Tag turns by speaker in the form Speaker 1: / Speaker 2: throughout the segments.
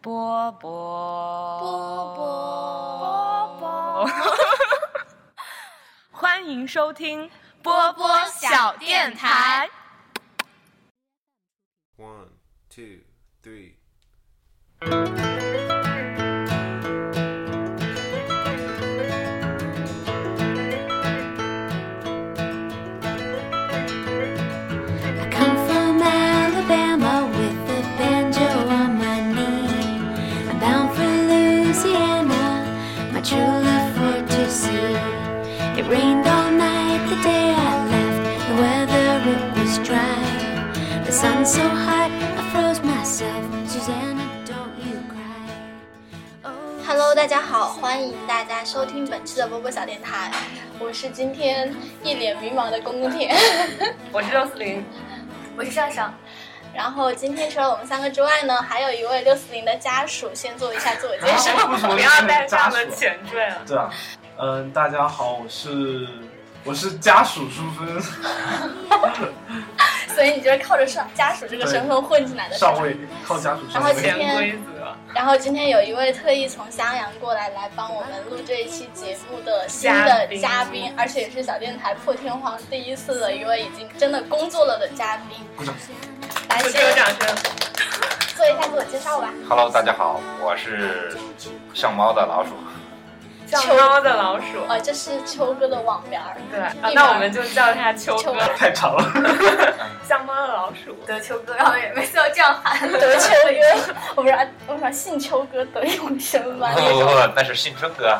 Speaker 1: 波波
Speaker 2: 波
Speaker 1: 波
Speaker 2: 波
Speaker 1: 波，欢迎收听波波小电台。
Speaker 3: One, two, three.
Speaker 4: I come from Alabama with a banjo on my knee. I'm bound for Louisiana, my true love for to see. It rained all night the day I left, the weather it was dry. The sun's so hot, I froze myself. Susanna, don't you cry. Oh,
Speaker 2: Hello，大家好，欢迎大家收听本期的波波小电台，我是今天一脸迷茫的公公田，
Speaker 1: 我是六四零，
Speaker 2: 我是上上。 然后今天除了我们三个之外呢，还有一位六四零的家属，先做一下自我介绍。
Speaker 1: 不
Speaker 5: 不
Speaker 1: 要带上了前缀了。
Speaker 5: 这样，嗯，大家好，我是我是家属淑芬，
Speaker 2: 所以你就是靠着上家属这个身份混进来的。是吧
Speaker 5: 上位靠家属上
Speaker 2: 然后
Speaker 5: 位
Speaker 2: 前
Speaker 1: 潜规则，
Speaker 2: 然后今天有一位特意从襄阳过来来帮我们录这一期节目的新的
Speaker 1: 嘉宾
Speaker 2: 嘉宾，而且也是小电台破天荒第一次的一位已经真的工作了的嘉宾。
Speaker 5: 鼓掌。
Speaker 2: 来，
Speaker 1: 就
Speaker 2: 先
Speaker 1: 这个掌声。
Speaker 2: 做一下自我介绍吧。
Speaker 6: Hello，大家好，我是像猫的老鼠。
Speaker 1: 像猫的老鼠，
Speaker 2: 呃，这是秋哥的网名儿，
Speaker 1: 对，啊
Speaker 2: 一边
Speaker 1: 那我们就叫它秋
Speaker 2: 秋
Speaker 1: 哥
Speaker 2: 哥。
Speaker 5: 太长了，
Speaker 1: 像猫的老鼠，
Speaker 7: 得秋哥，然后也每次要这样喊。
Speaker 2: 德秋哥， 我不知道，我说姓秋哥得永生 吧
Speaker 6: 不
Speaker 2: 那
Speaker 6: 不
Speaker 2: 种。
Speaker 6: 不，那是信春哥。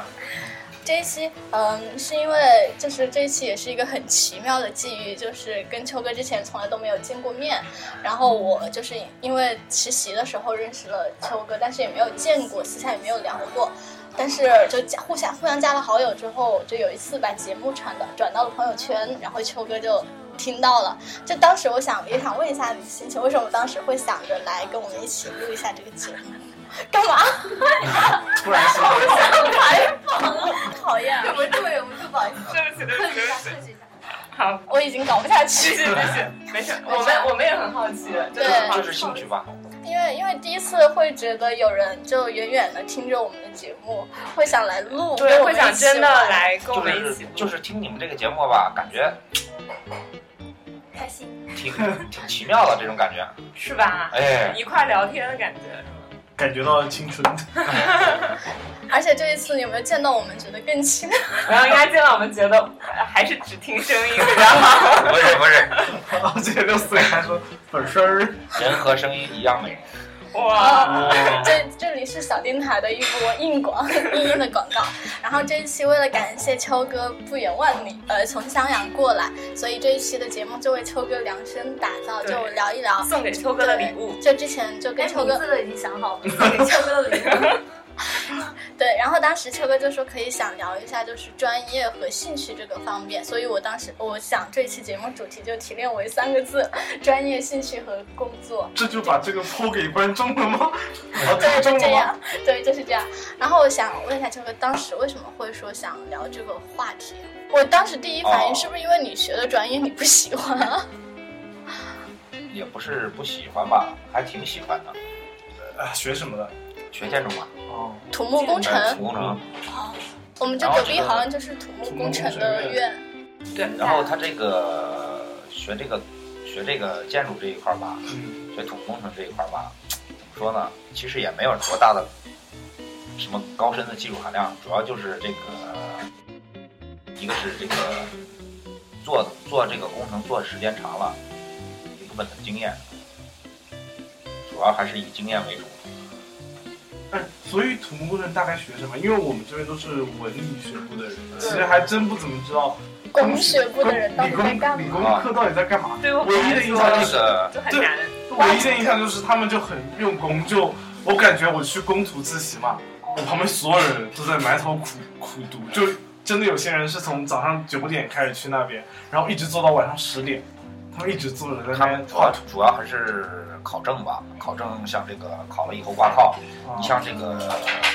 Speaker 2: 这一期，嗯，是因为就是这一期也是一个很奇妙的际遇，就是跟秋哥之前从来都没有见过面，然
Speaker 7: 嗯
Speaker 2: 后我就是因为实习的时候认识了秋哥，但是也没有见过，私下也没有聊过。但是就加互相互相加了好友之后，就有一次把节目传到转到了朋友圈，然后秋哥就听到了。就当时我想也想问一下你心情，为什么当时会想着来跟我们一起录一下这个节目？ 干嘛？
Speaker 5: 突然心里
Speaker 2: 讨厌 啊！
Speaker 7: 我们对，我们就不好意思，
Speaker 1: 对不起，对不起，对不起。
Speaker 7: 试一下。
Speaker 1: 好，
Speaker 2: 我已经搞不下
Speaker 1: 继
Speaker 2: 去
Speaker 1: 续，
Speaker 2: 了。
Speaker 1: 没事，没事。我们我们也很好奇，真的很好
Speaker 6: 就
Speaker 1: 奇
Speaker 6: 是。兴趣吧。
Speaker 2: 因为因为第一次会觉得有人就远远的听着我们的节目，会想来录，跟
Speaker 1: 对，
Speaker 2: 我
Speaker 1: 会
Speaker 2: 们
Speaker 1: 想
Speaker 2: 一起
Speaker 1: 真的
Speaker 2: 玩。
Speaker 1: 来跟我
Speaker 6: 就
Speaker 1: 们一起
Speaker 6: 是
Speaker 1: 录，
Speaker 6: 就是听你们这个节目吧，感觉
Speaker 7: 开心，
Speaker 6: 挺挺奇妙的这种感觉。
Speaker 1: 是吧？
Speaker 6: 哎，
Speaker 1: 一块聊天的感觉是吗？
Speaker 5: 感觉到了青春。
Speaker 2: 而且这一次有没有见到我们觉得更亲？
Speaker 1: 然后应该见到我们觉得呃还是只听声音， 然后
Speaker 6: 不是不是，
Speaker 5: 而且六四还说本身儿，
Speaker 6: 人和声音一样美。
Speaker 1: 哇，
Speaker 5: 呃
Speaker 2: 这这里是小电台的一波硬广 硬硬的广告。然后这一期为了感谢秋哥不远万里呃从襄阳过来，所以这一期的节目就为秋哥量身打造，
Speaker 1: 对
Speaker 2: 就聊一
Speaker 6: 嗯
Speaker 2: 聊。
Speaker 1: 送给秋哥的礼物，
Speaker 2: 就之前就跟
Speaker 7: 连
Speaker 2: 秋
Speaker 7: 名
Speaker 2: 哥
Speaker 7: 哎字都已经 想好了，给秋哥的礼物。
Speaker 2: 对，然后当时秋哥就说可以想聊一下就是专业和兴趣这个方面，所以我当时我想这期节目主题就提炼为三个字：专业、兴趣和工作。
Speaker 5: 这就把这个抛给观众了吗？啊，
Speaker 2: 对，
Speaker 5: 听
Speaker 2: 就
Speaker 5: 众
Speaker 2: 这
Speaker 5: 了吗？
Speaker 2: 样，对，就是这样。然后我想问一下秋哥，当时为什么会说想聊这个话题？我当时第一反应
Speaker 6: 哦
Speaker 2: 是不是因为你学的专业你不喜欢啊？
Speaker 6: 也不是不喜欢吧，还挺喜欢的。
Speaker 5: 啊，学什么的？
Speaker 6: 学建筑嘛，
Speaker 5: 哦，
Speaker 2: 土木工
Speaker 6: 哎
Speaker 2: 程
Speaker 6: 土，工程。
Speaker 2: 我们这隔壁好像就是土木工程的院。
Speaker 1: 对，
Speaker 6: 然后他这个学这个学这个建筑这一块儿吧，
Speaker 5: 嗯，
Speaker 6: 学土木工程这一块儿吧，怎么说呢？其实也没有多大的什么高深的技术含量，主要就是这个，一个是这个做做这个工程做的时间长了，一部分的经验，主要还是以经验为主。
Speaker 5: 哎，所以土木工程大概学什么？因为我们这边都是文理学部的人，其实还真不怎么知道
Speaker 2: 工学部的人到
Speaker 5: 理
Speaker 2: 底
Speaker 5: 工
Speaker 2: 在干
Speaker 5: 理
Speaker 2: 嘛？
Speaker 5: 工科到底在干嘛。
Speaker 1: 对我
Speaker 5: 唯一的印象就
Speaker 6: 那
Speaker 1: 来
Speaker 5: 是
Speaker 1: 说
Speaker 6: 个
Speaker 1: 就很难，
Speaker 5: 唯一的印象就是他们就很用功，就我感觉我去工图自习嘛，我旁边所有人都在埋头苦苦读，就真的有些人是从早上九点开始去那边，然后一直做到晚上十点，他们一直坐着在那
Speaker 6: 他们
Speaker 5: 边
Speaker 6: 主要
Speaker 5: 画图。
Speaker 6: 主要还是考证吧，考证像这个考了以后挂靠，
Speaker 5: 啊
Speaker 6: 你像这个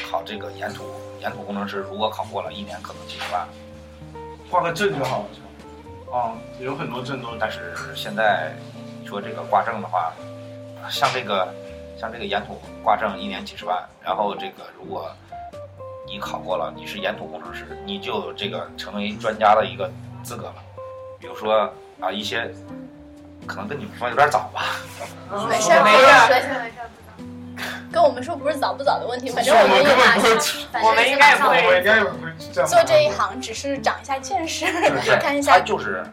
Speaker 6: 考这个岩土岩土工程师，如果考过了，一年可能几十万。
Speaker 5: 画个阵就好了，是吧？哦、有
Speaker 6: 呃
Speaker 5: 很多阵都是
Speaker 6: 但是现在你说这个挂证的话，像这个像这个岩土挂证一年几十万，然后这个如果你考过了，你是岩土工程师，你就有这个成为专家的一个资格了。比如说啊，一些可能跟你们说有点早吧，
Speaker 2: 哦没事儿
Speaker 1: 没
Speaker 2: 没
Speaker 1: 事
Speaker 2: 事
Speaker 1: 儿
Speaker 2: 儿，
Speaker 7: 没事没事，不早
Speaker 2: 跟我们说不是早不早的问题，反
Speaker 5: 就
Speaker 2: 正
Speaker 5: 我
Speaker 2: 我
Speaker 5: 们
Speaker 2: 们
Speaker 5: 根本
Speaker 7: 马
Speaker 5: 不
Speaker 7: 上
Speaker 5: 会，
Speaker 7: 反正
Speaker 1: 我们应该也不会
Speaker 5: 我应该也不会这样
Speaker 2: 做这一行只是长一下见识，
Speaker 6: 对，
Speaker 2: 看一
Speaker 6: 他
Speaker 2: 下
Speaker 6: 就是，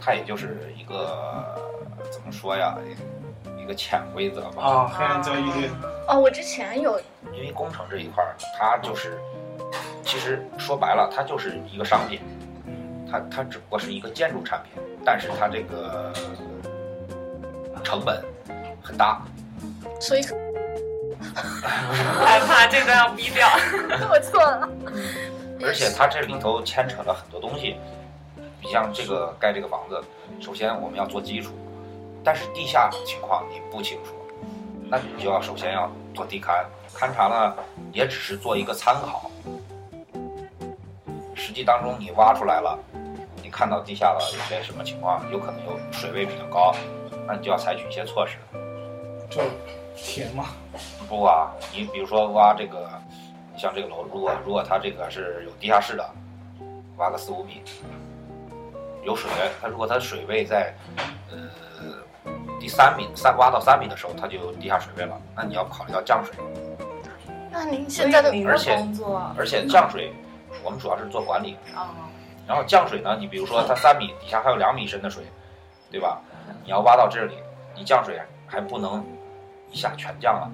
Speaker 6: 他也就是一个怎么说呀，一个潜规则吧。
Speaker 5: 啊，黑暗交易链
Speaker 2: 哦。我之前有
Speaker 6: 因为工程这一块儿，它就是，其实说白了，它就是一个商品，它它只不过是一个建筑产品，但是它这个成本很大。
Speaker 2: 所以
Speaker 1: 害怕这段要逼掉。
Speaker 2: 我错了。
Speaker 6: 而且它这里头牵扯了很多东西，你像这个盖这个房子，首先我们要做基础，但是地下情况你不清楚，那你就要首先要做地勘，勘察呢也只是做一个参考，实际当中你挖出来了，你看到地下了有些什么情况，有可能有水位比较高，那你就要采取一些措施。
Speaker 5: 就填嘛，
Speaker 6: 不啊，你比如说挖这个，你像这个楼，如果如果它这个是有地下室的，挖个四五米，有水，它如果它水位在呃第三米三挖到三米的时候，它就有地下水位了，那你要考虑到降水，
Speaker 2: 那您现在的
Speaker 1: 您
Speaker 6: 的而且
Speaker 1: 工作，
Speaker 6: 而且降水我们主要是做管理，
Speaker 1: 嗯，
Speaker 6: 然后降水呢，你比如说它三米底下还有两米深的水，对吧？你要挖到这里，你降水还不能一下全降了。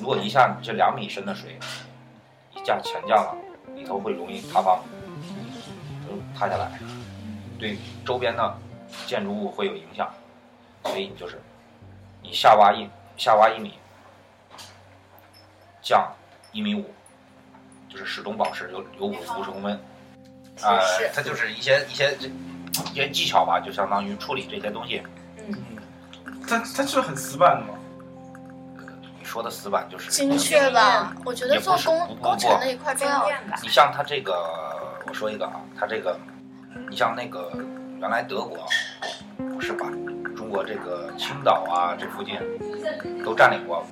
Speaker 6: 如果一下你这两米深的水一下全降了，里头会容易塌方，就塌下来，对周边的建筑物会有影响。所以你就是你下挖一下挖一米，降一米五，就是始终保持有有五五十公分。啊、
Speaker 2: 是
Speaker 6: 它就是一些一些这一些技巧吧，就相当于处理这些东西。
Speaker 5: 它它就是很死板的嘛。
Speaker 6: 你说的死板就是
Speaker 2: 精确吧？我觉得做
Speaker 6: 也不
Speaker 2: 工
Speaker 6: 是
Speaker 2: 工程那一块重
Speaker 7: 经
Speaker 2: 要。
Speaker 7: 验吧。
Speaker 6: 你像它这个，我说一个啊，它这个，你像那个原来德国不是把中国这个青岛啊这附近都占领过，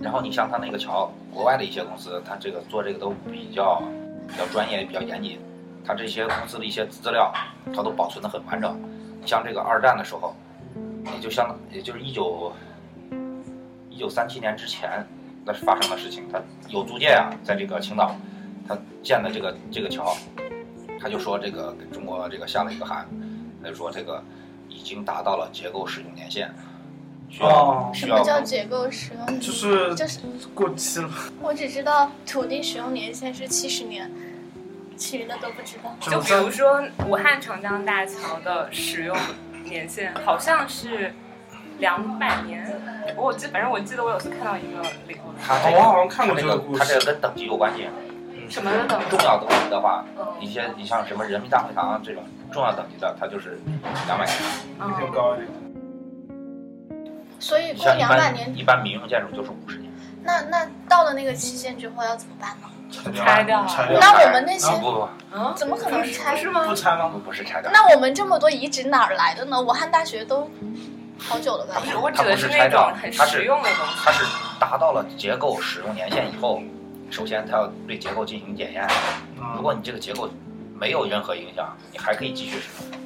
Speaker 6: 然后你像它那个桥，国外的一些公司，它这个做这个都比较比较专业，比较严谨，它这些公司的一些资料，它都保存的很完整。你像这个二战的时候，也就相当也就是一九一九三七年之前。那是发生的事情，它有租界啊，在这个青岛，他建的这个这个桥，他就说这个给中国这个下了一个函，他就说这个已经达到了结构使用年限，需要、
Speaker 5: 哦
Speaker 6: 需
Speaker 2: 什
Speaker 6: 要
Speaker 2: 么叫结构使用？
Speaker 5: 就是
Speaker 2: 就是
Speaker 5: 过期了，
Speaker 2: 我只知道土地使用年限是七十年，其余的都不知道。
Speaker 1: 就比如说武汉长江大桥的使用年限好像是两百年，我记反正我记得我有次看到一个理论，
Speaker 6: 他
Speaker 5: 哦我
Speaker 6: 这个
Speaker 5: 好像看过
Speaker 6: 他这
Speaker 5: 这个故
Speaker 6: 个
Speaker 5: 事
Speaker 6: 他这个跟等级有关系，
Speaker 1: 什么的等
Speaker 6: 重要等级的话，一
Speaker 1: 嗯
Speaker 6: 些你像什么人民大会堂这种重要等级的，它就是两百年。
Speaker 5: 更
Speaker 1: 嗯，
Speaker 5: 高一点。
Speaker 2: 所以
Speaker 6: 你
Speaker 2: 过
Speaker 6: 像一
Speaker 2: 两百年
Speaker 6: 般，一般民用建筑就是五十年，
Speaker 2: 那那到了那个期限之后要怎么办呢？
Speaker 1: 拆掉
Speaker 5: 拆掉
Speaker 2: 那我们那些
Speaker 6: 啊不不
Speaker 1: 嗯，
Speaker 2: 怎么可能拆？
Speaker 1: 是
Speaker 5: 不
Speaker 1: 吗？
Speaker 5: 拆吗？
Speaker 6: 不不是拆掉，
Speaker 2: 那我们这么多遗址哪儿来的呢？武汉大学都好久了吧？
Speaker 1: 我指的那种很实用的东西。
Speaker 6: 它是达到了结构使用年限以后，首先它要对结构进行检验，如
Speaker 5: 嗯，
Speaker 6: 果你这个结构没有任何影响，你还可以继续使用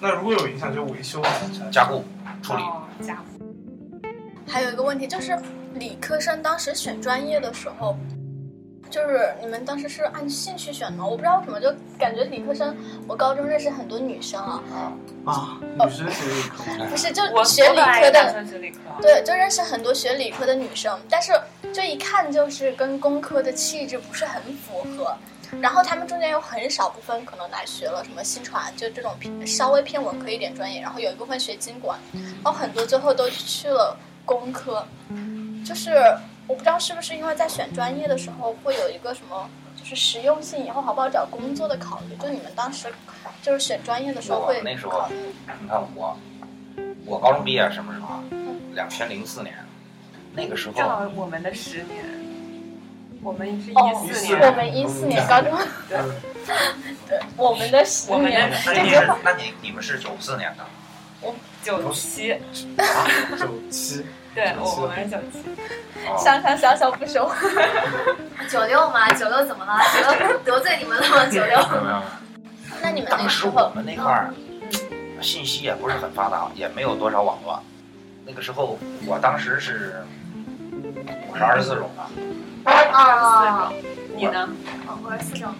Speaker 5: 那如果有影响就维修啊，拆
Speaker 6: 加固处理。
Speaker 1: 哦加
Speaker 2: 还有一个问题就是，理科生当时选专业的时候，就是你们当时是按兴趣选吗？我不知道为什么，就感觉理科生，我高中认识很多女生啊，
Speaker 5: 啊，女生学理科，
Speaker 2: 不是就
Speaker 1: 我
Speaker 2: 学理科
Speaker 1: 打
Speaker 2: 的，
Speaker 1: 算学理科，
Speaker 2: 对，就认识很多学理科的女生，但是就一看就是跟工科的气质不是很符合。然后他们中间有很少部分可能来学了什么新传，就这种偏稍微偏文科一点专业，然后有一部分学经管，然后很多最后都去了工科，就是我不知道是不是因为在选专业的时候会有一个什么，就是实用性以后好不好找工作的考虑，就你们当时就是选专业的时候会
Speaker 6: 我啊那时候
Speaker 2: 考虑
Speaker 6: 你看我，我高中毕业什么时候啊？两千零四年，那个时
Speaker 1: 正好
Speaker 6: 候
Speaker 1: 我们的十年，我们是
Speaker 2: 哦
Speaker 1: 一
Speaker 5: 14
Speaker 1: 四
Speaker 2: 我
Speaker 1: 年，嗯
Speaker 2: 们一四年高中，对，我们的十
Speaker 1: 我们
Speaker 2: 年
Speaker 1: 的，十
Speaker 6: 那
Speaker 2: 这
Speaker 6: 你
Speaker 2: 句
Speaker 1: 年
Speaker 2: 话
Speaker 6: 那你你们是九四年的，
Speaker 1: 我九七，
Speaker 5: 九七，
Speaker 1: 对我我们是九七，
Speaker 6: 哦
Speaker 2: 想想想想不熟，
Speaker 7: 九六嘛，九六怎么了？九六得罪你们 了吗？九
Speaker 6: 没
Speaker 7: 六
Speaker 6: 有没有。
Speaker 2: 那你们那
Speaker 6: 当
Speaker 2: 时
Speaker 6: 时我
Speaker 2: 候，
Speaker 6: 们那块儿信息也不是很发达，也没有多少网络。那个时候，我当时是我是二十四中的，
Speaker 7: 啊，
Speaker 1: 你呢？
Speaker 7: 哦我是四中，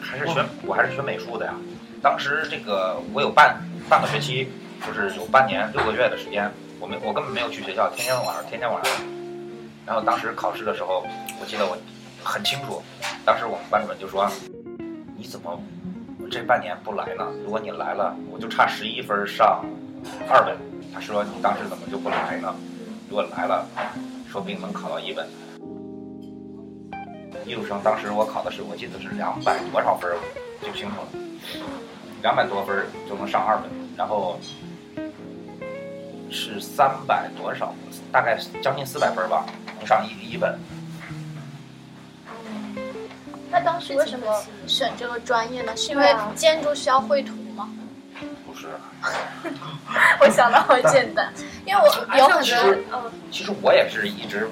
Speaker 6: 还是学我还是学美术的呀。当时这个我有半半个学期，就是有半年六个月的时间，我没我根本没有去学校，天天晚上天天晚上。然后当时考试的时候，我记得我很清楚，当时我们班主任就说：“你怎么这半年不来呢？如果你来了，我就差十一分上二本。”他说：“你当时怎么就不来呢？如果来了，说不定能考到一本。”艺术生当时我考的是，我记得是两百多少分儿，我记不清楚了，两百多分儿就能上二本，然后是三百多少，大概将近四百分儿吧，能上一一本。
Speaker 2: 那当时为什么选这个专业呢？是因为
Speaker 7: 啊
Speaker 2: 建筑需要绘图吗？
Speaker 6: 不是，
Speaker 2: 我想的好简单，因为我
Speaker 7: 啊
Speaker 2: 有很
Speaker 6: 其
Speaker 2: 多
Speaker 6: 实其实我也是一直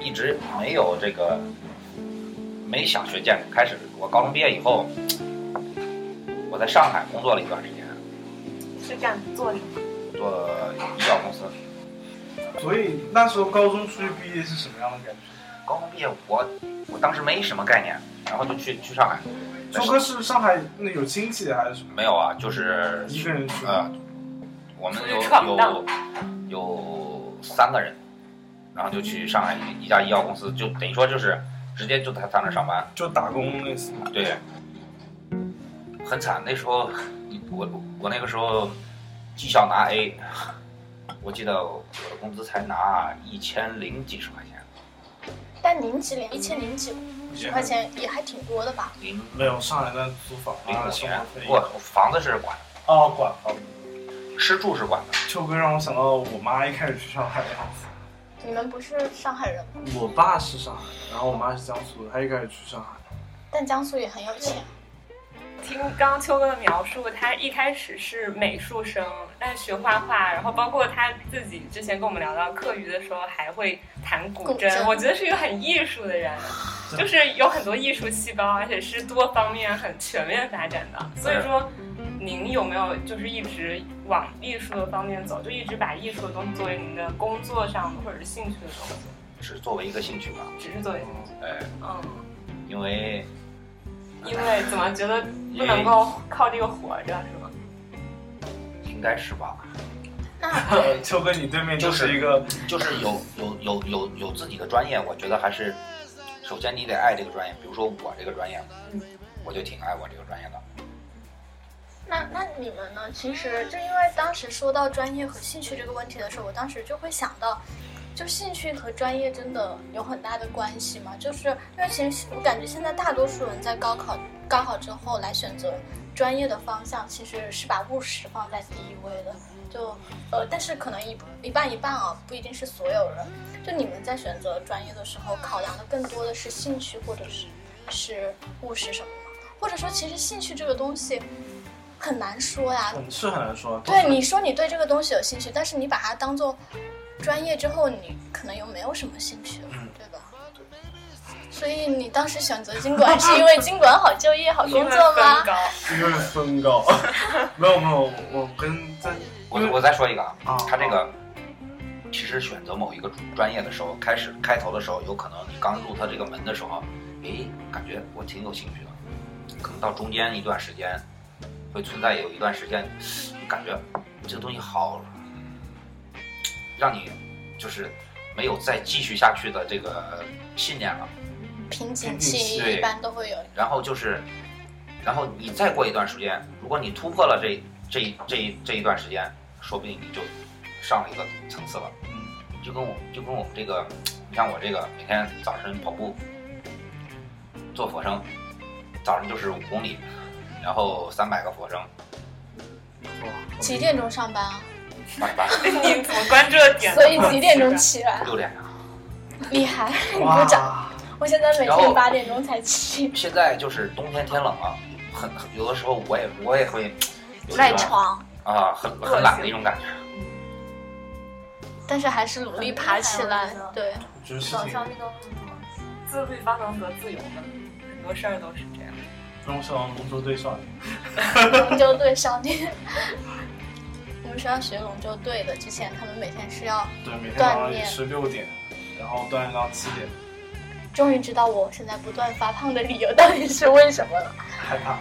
Speaker 6: 一直没有这个没想学建筑。开始我高中毕业以后，我在上海工作了一段时间，
Speaker 7: 是干做什么？
Speaker 6: 做医药公司。
Speaker 5: 所以那时候高中出去毕业是什么样的感觉？
Speaker 6: 高中毕业我我当时没什么概念，然后就去去上海。在
Speaker 5: 朱哥是上海那有亲戚还是什么？
Speaker 6: 没有啊，就是
Speaker 5: 一个人去？
Speaker 6: 呃，我们有
Speaker 1: 出去闯荡
Speaker 6: 有有三个人，然后就去上海一一家医药公司，就等于说就是直接就在他那儿上班。
Speaker 5: 就打工类似吗？
Speaker 6: 对，很惨。那时候你我我那个时候绩效拿 A，我记得我的工资才拿一千零几十块钱，
Speaker 2: 但零几零一千零几十块钱也还挺多的吧？
Speaker 6: 零
Speaker 5: 没有，上海那租房
Speaker 6: 零
Speaker 5: 啊，
Speaker 6: 五
Speaker 5: 生
Speaker 6: 年
Speaker 5: 活费。。
Speaker 6: 不，房子是管，
Speaker 5: 哦，管房。
Speaker 6: 吃住是管的。
Speaker 5: 秋哥让我想到我妈一开始去上海的样子。
Speaker 2: 你们不是上海人吗？
Speaker 5: 我爸是上海，然后我妈是江苏的，她一开始去上海。
Speaker 2: 但江苏也很有钱，
Speaker 1: 听刚刚秋哥的描述，他一开始是美术生，但是学画画，然后包括他自己之前跟我们聊到课余的时候还会弹古
Speaker 2: 古
Speaker 1: 筝，
Speaker 2: 筝
Speaker 1: 我觉得是一个很艺术的人，
Speaker 5: 是
Speaker 1: 就是有很多艺术细胞，而且是多方面很全面发展的。所以说，您有没有就是一直往艺术的方面走，就一直把艺术的东西作为您的工作上的或者是兴趣的东西，
Speaker 6: 是作为一个兴趣吧，
Speaker 1: 只是作为
Speaker 6: 呃，
Speaker 1: 嗯，
Speaker 6: 因为
Speaker 1: 因为怎么觉得不能够靠这个活着是吗？
Speaker 6: 应该是吧，
Speaker 5: 秋哥，你对面就是一个
Speaker 6: 就是有有有有有自己的专业，我觉得还是首先你得爱这个专业。比如说我这个专业
Speaker 1: 嗯，
Speaker 6: 我就挺爱我这个专业的。
Speaker 2: 那那你们呢？其实就因为当时说到专业和兴趣这个问题的时候，我当时就会想到，就兴趣和专业真的有很大的关系嘛？就是因为其实我感觉现在大多数人在高考高考之后来选择专业的方向，其实是把务实放在第一位的。就呃，但是可能一一半一半啊，不一定是所有人。就你们在选择专业的时候，考量的更多的是兴趣或者是是务实什么吗？或者说，其实兴趣这个东西很难说呀。
Speaker 5: 很是很难说。
Speaker 2: 对，你说你对这个东西有兴趣，但是你把它当做专业之后，你可能又没有什么兴趣了，对吧？所以你当时选择经管，是因为经管好就业、好
Speaker 1: 因
Speaker 2: 工
Speaker 1: 为
Speaker 2: 作吗
Speaker 1: 分？高。
Speaker 5: 因为分高。 没有没有，我跟在
Speaker 6: 我
Speaker 5: 因为
Speaker 6: 我再说一个啊
Speaker 5: 啊，
Speaker 6: 他这个其实选择某一个专业的时候，开始开头的时候，有可能你刚入他这个门的时候，诶，感觉我挺有兴趣的，可能到中间一段时间会存在有一段时间，感觉这个东西好，让你就是没有再继续下去的这个信念了。
Speaker 2: 瓶颈
Speaker 5: 瓶颈
Speaker 2: 期
Speaker 5: 期
Speaker 2: 一般都会有。
Speaker 6: 然后就是，然后你再过一段时间，如果你突破了这这这这一段时间，说不定你就上了一个层次了。嗯，就跟我就跟我们这个，你像我这个每天早晨跑步，做俯卧撑，早上就是五公里，然后三百个俯卧撑，
Speaker 2: 几点钟上班啊？
Speaker 6: 八十八
Speaker 1: 你怎么关注的点？
Speaker 2: 所以几点钟？起来？
Speaker 6: 六点啊。
Speaker 2: 厉害，你
Speaker 5: 哇
Speaker 2: 鼓掌！我现在每
Speaker 6: 然后
Speaker 2: 天八点钟才起，
Speaker 6: 现在就是冬天天冷了，很很有的时候我也我也会有一种
Speaker 2: 赖床。
Speaker 6: 啊，很很懒的一种感觉。
Speaker 2: 但是还是努力爬起来
Speaker 7: 很厉害我觉得。
Speaker 2: 对，
Speaker 5: 我觉得事
Speaker 7: 早
Speaker 5: 情
Speaker 7: 上运动是什么？
Speaker 1: 自律方能得自由嘛，很多事儿都是这样。
Speaker 5: 不用上龙舟队少年，
Speaker 2: 龙舟队少年。 我们学校学龙舟队的，之前他们每天是要，
Speaker 5: 对，每天
Speaker 2: 锻
Speaker 5: 早上也
Speaker 2: 炼
Speaker 5: 是六点，然后锻炼到七点，
Speaker 2: 终于知道我现在不断发胖的理由到底是为什么了。
Speaker 5: 害怕。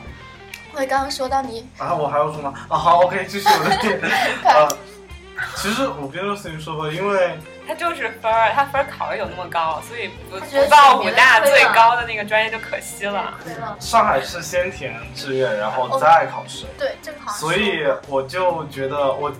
Speaker 2: 我刚刚说到你，
Speaker 5: 然后我还要说吗？啊，好，OK，继续我的 点。啊，其实我跟 Lucy 说过，因为
Speaker 1: 他就是分儿，他分儿考的有那么高，所以不
Speaker 7: 他觉得
Speaker 1: 不报武大
Speaker 7: 挺
Speaker 1: 最
Speaker 7: 亏的
Speaker 1: 高的那个专业就可惜 了。
Speaker 7: 对了，
Speaker 5: 上海是先填志愿，然后再考试，
Speaker 2: 对，这个好像是
Speaker 5: 所以我就觉得我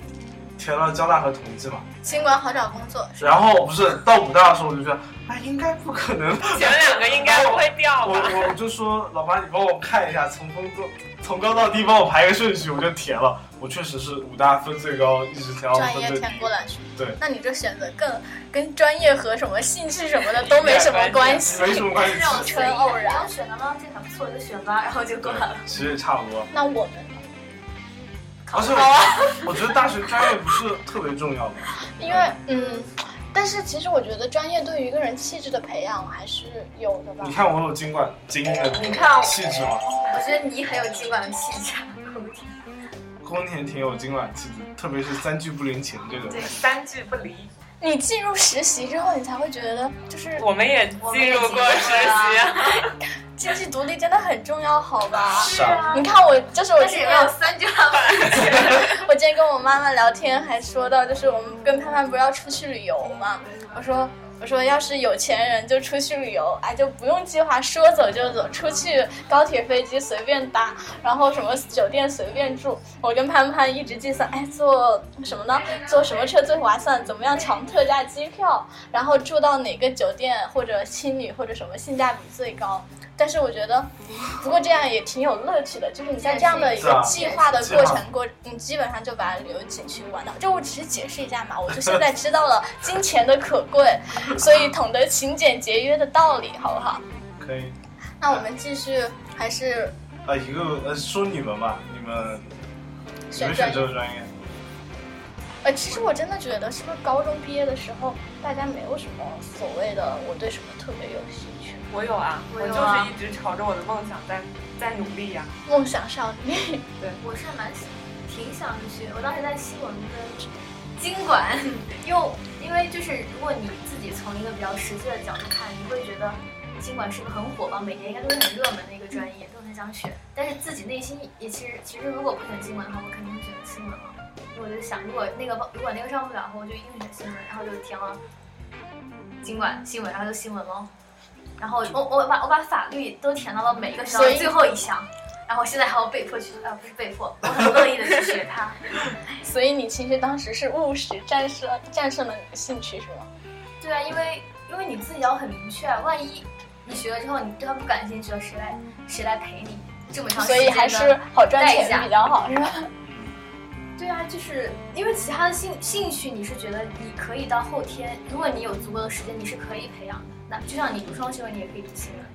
Speaker 5: 填了交大和同济嘛。
Speaker 2: 尽管好找工作，
Speaker 5: 然后不是到武大的时候，我就觉得，哎，应该不可能。
Speaker 1: 前两个应该不会掉
Speaker 5: 我
Speaker 1: 吧？
Speaker 5: 我就说老妈，你帮我看一下，从工作从高到低帮我排个顺序，我就填了。我确实是武大分最高，一直填到
Speaker 2: 专
Speaker 5: 分
Speaker 2: 业
Speaker 5: 最低。
Speaker 2: 填过来是。
Speaker 5: 对，
Speaker 2: 那你这选择更跟专业和什么兴趣什么的都没什么关系。
Speaker 5: 没什么关
Speaker 7: 这种
Speaker 5: 系，
Speaker 7: 纯
Speaker 2: 偶
Speaker 7: 偶
Speaker 2: 然
Speaker 7: 然。要选的吗？这还不错，就选吧，然后就过
Speaker 5: 对
Speaker 7: 来了。，
Speaker 5: 其实也差不 多。
Speaker 2: 那我们呢
Speaker 5: 而且
Speaker 7: 啊
Speaker 5: 我我觉得大学专业不是特别重要的，
Speaker 2: 因为嗯，但是其实我觉得专业对于一个人气质的培养还是有的吧。
Speaker 5: 你看我有经管精英的
Speaker 7: 你看我
Speaker 5: 气质吗？
Speaker 7: 我觉得你很有尽管的气质。啊
Speaker 5: 宫田挺有经管气质，特别是三句不离情这个。
Speaker 1: 对，三句不离。
Speaker 2: 你进入实习之后，你才会觉得就是
Speaker 1: 我们也进入过实习，啊
Speaker 2: 经济独立真的很重要，好吧？
Speaker 5: 是啊，
Speaker 2: 你看我，就是我
Speaker 7: 但是
Speaker 2: 今
Speaker 7: 也
Speaker 2: 天
Speaker 7: 没有三句话吧？
Speaker 2: 我今天跟我妈妈聊天，还说到就是我们跟潘潘不是要出去旅游嘛，我说。我说，要是有钱人就出去旅游，哎，就不用计划，说走就走，出去高铁、飞机随便搭，然后什么酒店随便住。我跟潘潘一直计算，哎，坐什么呢？坐什么车最划算？怎么样抢特价机票？然后住到哪个酒店或者青旅或者什么性价比最高？但是我觉得，不过这样也挺有乐趣的，就是你在这样的一
Speaker 5: 是啊
Speaker 2: 个计划的过程过，你基本上就把旅游景区玩到。这我只是解释一下嘛，我就现在知道了金钱的可 贵，所以懂得勤俭节约的道理，好不好？
Speaker 5: 可以。
Speaker 2: 那我们继续，还是
Speaker 5: 啊，一个呃，说你们吧，你们你
Speaker 2: 选
Speaker 5: 们
Speaker 2: 专
Speaker 5: 选这
Speaker 2: 业。
Speaker 5: 个专业，
Speaker 2: 呃，其实我真的觉得，是不是高中毕业的时候，大家没有什么所谓的我对什么特别有兴趣，
Speaker 1: 我有啊，
Speaker 7: 我
Speaker 1: 我
Speaker 7: 有
Speaker 1: 就
Speaker 7: 啊
Speaker 1: 是一直朝着我的梦想在在努力啊呀、
Speaker 2: 梦想少女。
Speaker 7: 我是蛮喜挺想去，我当时在西文的经管，又因为就是如果你自己从一个比较实际的角度看，你会觉得经管是个很火吧，每年应该都是很热门的一个专业，都很想选。但是自己内心也其实其实如果不选经管的话，我肯定会选新闻嘛。因为我就想，如果那个如果那个上不了的话，我就一定选新闻，然后就填了经管新闻，然后就新闻咯。然后我我把我把法律都填到了每一个学校
Speaker 2: 所以
Speaker 7: 最后一项，然后现在还要被迫去，呃，不是被迫，我很乐意的去学它。
Speaker 2: 所以你其实当时是务实战胜战胜了你的兴趣，是吗？
Speaker 7: 对啊，因为因为你自己要很明确啊，万一你学了之后你对它不感兴趣了，谁来谁来陪你这么长时
Speaker 2: 所
Speaker 7: 间呢？
Speaker 2: 以还是好赚钱比较好， 是吧？
Speaker 7: 对啊，就是因为其他的兴兴趣，你是觉得你可以到后天，如果你有足够的时间，你是可以培养的。那就像你读双学位，你也可以读新闻。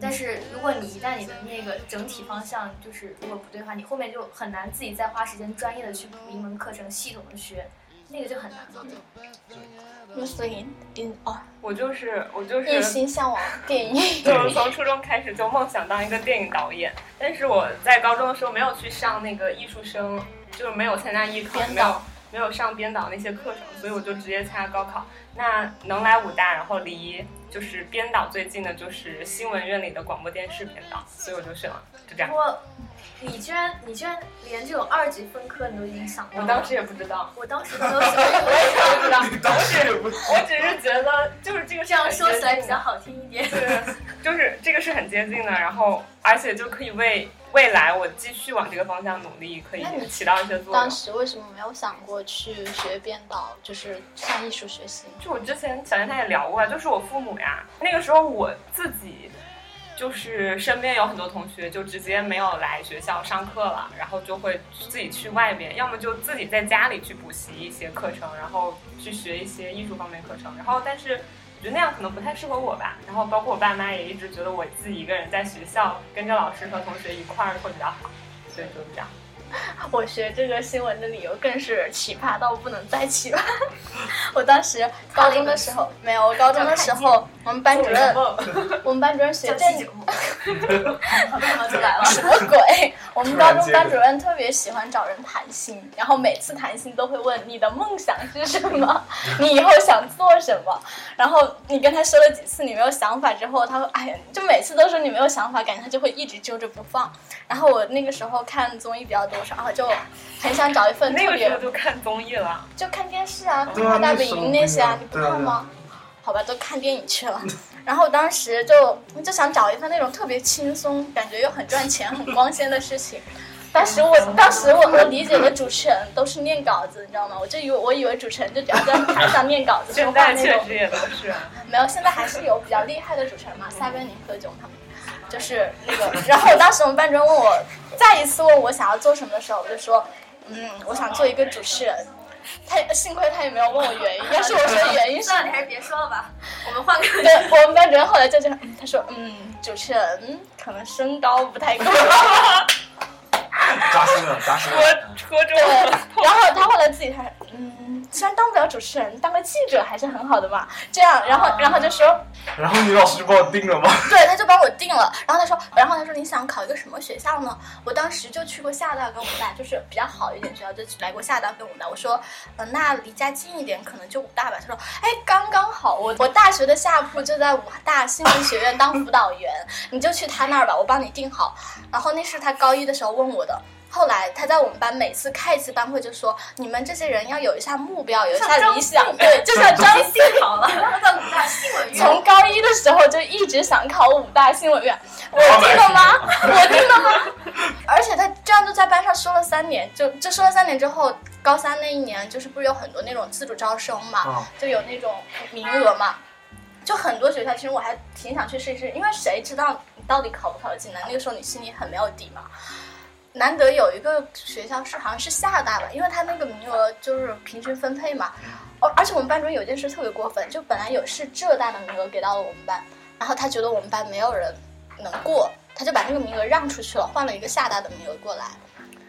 Speaker 7: 但是如果你一旦你的那个整体方向就是如果不对的话，你后面就很难自己再花时间专业的去补一门课程，系统的学，那个就很难了。
Speaker 2: 所以，嗯，哦，
Speaker 1: 我就是我就是
Speaker 2: 一心向往电 影。
Speaker 1: 就是从初中开始就梦想当一个电影导演，但是我在高中的时候没有去上那个艺术生，就是没有参加艺考，
Speaker 2: 编
Speaker 1: 没有
Speaker 2: 导
Speaker 1: 没有上编导那些课程，所以我就直接参加高考。那能来武大，然后离就是编导最近的就是新闻院里的广播电视编导，所以我就选了，就这样
Speaker 7: 不。过你居然你居然连这种二级分科你都已经想到
Speaker 1: 我
Speaker 7: 了，
Speaker 1: 当时也不知道，
Speaker 7: 我当时都没有想过，我也想
Speaker 1: 不知道，我只
Speaker 5: 不
Speaker 1: 我只是觉得就是这个
Speaker 7: 这样说起来比
Speaker 1: 较。
Speaker 7: 较好听 一点。
Speaker 1: 对，就是这个是很接近的，然后而且就可以为未来我继续往这个方向努力，可以
Speaker 2: 那你
Speaker 1: 起到一些作
Speaker 2: 当
Speaker 1: 用。
Speaker 2: 时为什么没有想过去学编导，就是向艺术学习？
Speaker 1: 就我之前小天他也聊过啊，就是我父母呀，那个时候我自己就是身边有很多同学就直接没有来学校上课了，然后就会自己去外面，要么就自己在家里去补习一些课程，然后去学一些艺术方面课程，然后但是。我觉得那样可能不太适合我吧，然后包括我爸妈也一直觉得我自己一个人在学校跟着老师和同学一块儿会比较好，所以就是这样。
Speaker 2: 我学这个新闻的理由更是奇葩到不能再奇葩。 我当时高中的时候没有，我高中的时候我们班主任， 我们班主任学
Speaker 7: 叫
Speaker 2: 政
Speaker 7: 鸡酒，然 就来了。
Speaker 2: 什么鬼？我们高中
Speaker 5: 突然
Speaker 2: 班
Speaker 5: 间
Speaker 2: 主任特别喜欢找人谈心，然后每次谈心都会问你的梦想是什么， 你以后想做什么。然后你跟他说了几次你没有想法之后，他说：“哎呀，就每次都说你没有想法，感觉他就会一直揪着不放。”然后我那个时候看综艺比较多，然后啊就很想找一份
Speaker 1: 那
Speaker 2: 嗯特
Speaker 1: 个时
Speaker 2: 别
Speaker 1: 候就看综艺了，
Speaker 2: 就看电视啊，
Speaker 5: 对
Speaker 2: 看
Speaker 5: 啊
Speaker 2: 《大
Speaker 5: 那
Speaker 2: 本
Speaker 5: 时候
Speaker 2: 营》
Speaker 5: 不
Speaker 2: 那
Speaker 5: 一
Speaker 2: 些啊
Speaker 5: 样，
Speaker 2: 你不
Speaker 5: 对啊
Speaker 2: 看
Speaker 5: 对啊
Speaker 2: 吗？好吧，都看电影去了。 然后当时就就想找一份那种特别轻松，感觉又很赚钱、很光鲜的事 情。当时我，当时我，我理解的主持人都是念稿子，你知道吗？我就以为我以为主持人就只要在台上念稿子说
Speaker 1: 现在
Speaker 2: 话那种
Speaker 1: 确，实也都 是。
Speaker 2: 没有，现在还是有比较厉害的主持人嘛，撒贝宁、何炅他们，就是那个。 然后当时我们班主任问我，再一次问我想要做什么的时候，我就说，嗯，我想做一个主持人。他幸亏他也没有问我原因，要是我说原 因是
Speaker 7: 算了，你还是别说 了吧，我们换个。
Speaker 2: 对，我们班主任后来就这样，嗯他说，嗯，主持人嗯可能身高 不太够。
Speaker 6: 扎心了，扎心
Speaker 1: 戳戳中
Speaker 2: 对
Speaker 1: 了，
Speaker 2: 然后他后来自己还，嗯，虽然当不了主持人，当个记者还是很好的嘛。这样，然后然后就说，
Speaker 5: 然后你老师就帮我定了吗？
Speaker 2: 对，他就帮我定了。然后他说，然后他说你想考一个什么学校呢？我当时就去过厦大跟武大，就是比较好一点学校，就来过厦大跟武大。我说，呃，那离家近一点，可能就武大吧。他说，哎，刚刚好，我我大学的下铺就在武大新闻学院当辅导员，你就去他那儿吧，我帮你定好。然后那是他高一的时候问我的。后来他在我们班每次开一次班会就说：“你们这些人要有一下目标，有一下理想。”对，就像张
Speaker 7: 幸好了，然后到武大新闻
Speaker 2: 从
Speaker 7: 院，
Speaker 2: 高一的时候就一直想考武大新闻院，我听了吗？我听了吗？ 而且他这样就在班上说了三年，就就说了三年之后，高三那一年就是不是有很多那种自主招生嘛，
Speaker 5: 嗯
Speaker 2: 就有那种名额嘛。就很多学校，其实我还挺想去试一试，因为谁知道你到底考不考得进来？那个时候你心里很没有底嘛。难得有一个学校是好像是厦大吧，因为他那个名额就是平均分配嘛。哦，而且我们班主任有件事特别过分，就本来有是浙大的名额给到了我们班，然后他觉得我们班没有人能过，他就把那个名额让出去了，换了一个厦大的名额过来。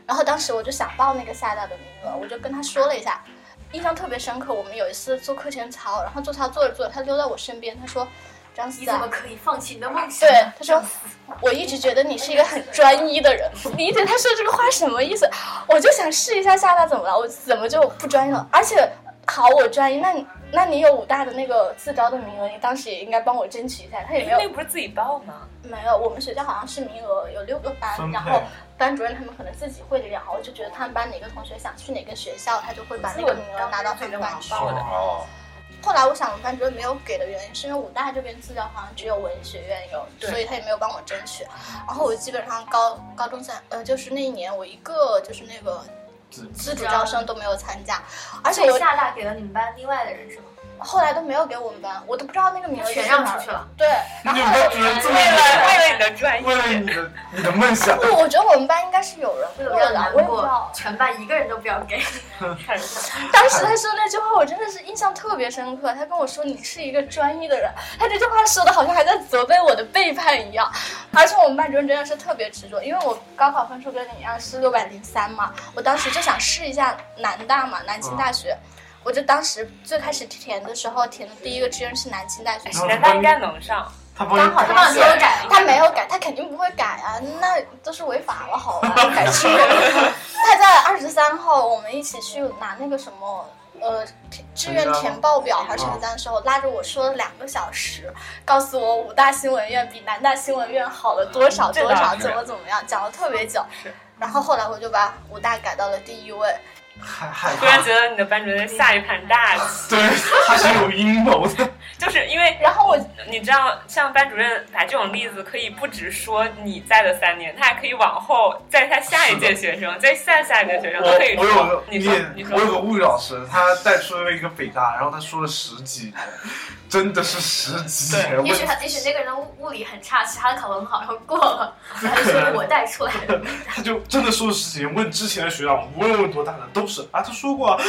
Speaker 2: 然后当时我就想报那个厦大的名额，我就跟他说了一下，印象特别深刻。我们有一次做课前操，然后做操做着做着，他溜到我身边，他说：“张思
Speaker 7: 你
Speaker 2: 啊，
Speaker 7: 怎么可以放弃你的梦想？
Speaker 2: 对，他说，我一直觉得你是一个很专一的人。理解他说这个话什么意思？我就想试一下厦大怎么了，我怎么就不专一了？而且，好，我专一，那你那你有武大的那个自招的名额，你当时也应该帮我争取一下。他也没有
Speaker 1: 那个不是自己报 吗？
Speaker 2: 没有，我们学校好像是名额有六个班，
Speaker 5: 分
Speaker 2: 然
Speaker 5: 配
Speaker 2: 后班主任他们可能自己会量，我就觉得他们班哪个同学想去哪个学校，他就会把那个名额拿到他们班去。
Speaker 1: 报的。
Speaker 6: 哦，
Speaker 2: 后来我想，我们班主任没有给的原因，是因为武大这边资料好像只有文学院有，
Speaker 1: 对
Speaker 2: 所以他也没有帮我争取。然后我基本上高高中三，呃，就是那一年我一个就是那个
Speaker 5: 自
Speaker 2: 自主招生都没有参加，而
Speaker 7: 而
Speaker 2: 且我
Speaker 7: 厦大给了你们班另外的人是吗？
Speaker 2: 后来都没有给我们班，我都不知道那个名额
Speaker 7: 全
Speaker 2: 是啊
Speaker 7: 让
Speaker 2: 哪儿
Speaker 7: 出去。了，
Speaker 2: 对，
Speaker 5: 你
Speaker 2: 然
Speaker 5: 们
Speaker 2: 后
Speaker 5: 班主任这
Speaker 1: 为
Speaker 5: 么
Speaker 1: 了为了你的
Speaker 5: 为了
Speaker 1: 专业
Speaker 5: 你，的你的梦想，
Speaker 2: 不，我觉得我们班应该是有人
Speaker 7: 会
Speaker 2: 过
Speaker 7: 有让
Speaker 2: 的，
Speaker 7: 难
Speaker 2: 我也不知道
Speaker 7: 过，。全班一个人都不要 给。
Speaker 1: 看 看
Speaker 2: 当时他说那句话，我真的是印象特别深刻。他跟我说你是一个专一的人，他这句话说的好像还在责备我的背叛一样。而且我们班主任真的是特别执着，因为我高考分数跟你一样是六百零三嘛，我当时就想试一下南大嘛，南京大学。我就当时最开始填的时候，填的第一个志愿是南京大学，
Speaker 5: 然后
Speaker 1: 人大应该能上，
Speaker 5: 他帮你
Speaker 2: 刚好
Speaker 7: 他帮你修改了，
Speaker 2: 他没有改，他肯定不会改啊，那都是违法了，好吧，改去了。他在二十三号，我们一起去拿那个什么。呃，填志愿填报表还是成绩单的时候，拉着我说了两个小时，告诉我武大新闻院比南大新闻院好了多少
Speaker 1: 这
Speaker 2: 多少，
Speaker 6: 是
Speaker 2: 怎么怎么样，讲了特别久
Speaker 1: 是。
Speaker 2: 然后后来我就把武大改到了第一位，
Speaker 5: 害害
Speaker 1: 突然
Speaker 5: 怕，
Speaker 1: 觉得你的班主任下一盘大棋，
Speaker 5: 对，他是有阴谋的，
Speaker 1: 就是因为
Speaker 2: 然后我
Speaker 1: 你知道，像班主任把这种例子可以不只说你在的三年，他还可以往后在他下一届学生，在下下一届学生
Speaker 5: 我
Speaker 1: 都可以
Speaker 5: 我有个
Speaker 1: 说。你说你
Speaker 5: 我有个
Speaker 1: 说，
Speaker 5: 物理老师，他带出了一个北大，然后他说了十几年，真的是十几年，
Speaker 7: 也许他，也许那个人物物理很差，其他的考得很好，然后过了， 然后就说我带出来的。
Speaker 5: 他就真的说了十几年，问之前的学长，无论问多大的都是啊，他说过啊，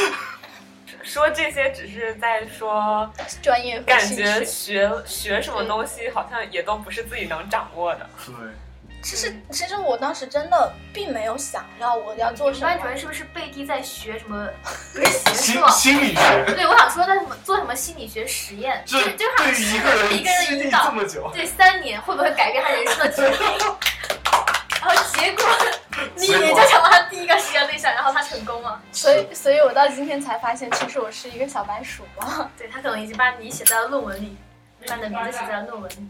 Speaker 1: 说这些只是在说，
Speaker 2: 专业和
Speaker 1: 感
Speaker 2: 兴
Speaker 1: 觉
Speaker 2: 趣，
Speaker 1: 学学什么东西好像也都不是自己能掌握的。
Speaker 5: 对，
Speaker 2: 其实其实我当时真的并没有想要我要 做什么
Speaker 7: 班主任是不是背地在学什么？不是 学
Speaker 5: 心
Speaker 7: 术啊？
Speaker 5: 心理学，
Speaker 7: 对，我想说在什么做什么心理学实验，就
Speaker 5: 这
Speaker 7: 是就是他
Speaker 5: 对于一个人
Speaker 7: 一个人
Speaker 5: 激励
Speaker 7: 引导
Speaker 5: 这么久，
Speaker 7: 对三年会不会改变他人生的决定？然后结果你
Speaker 5: 结果
Speaker 7: 也就成了他第一个实验对象，然后他成功了。
Speaker 2: 所以，所以我到今天才发现，其实我是一个小白鼠嘛。
Speaker 7: 对他可能已经把你写在了论文里，把你的名字写在了论文里。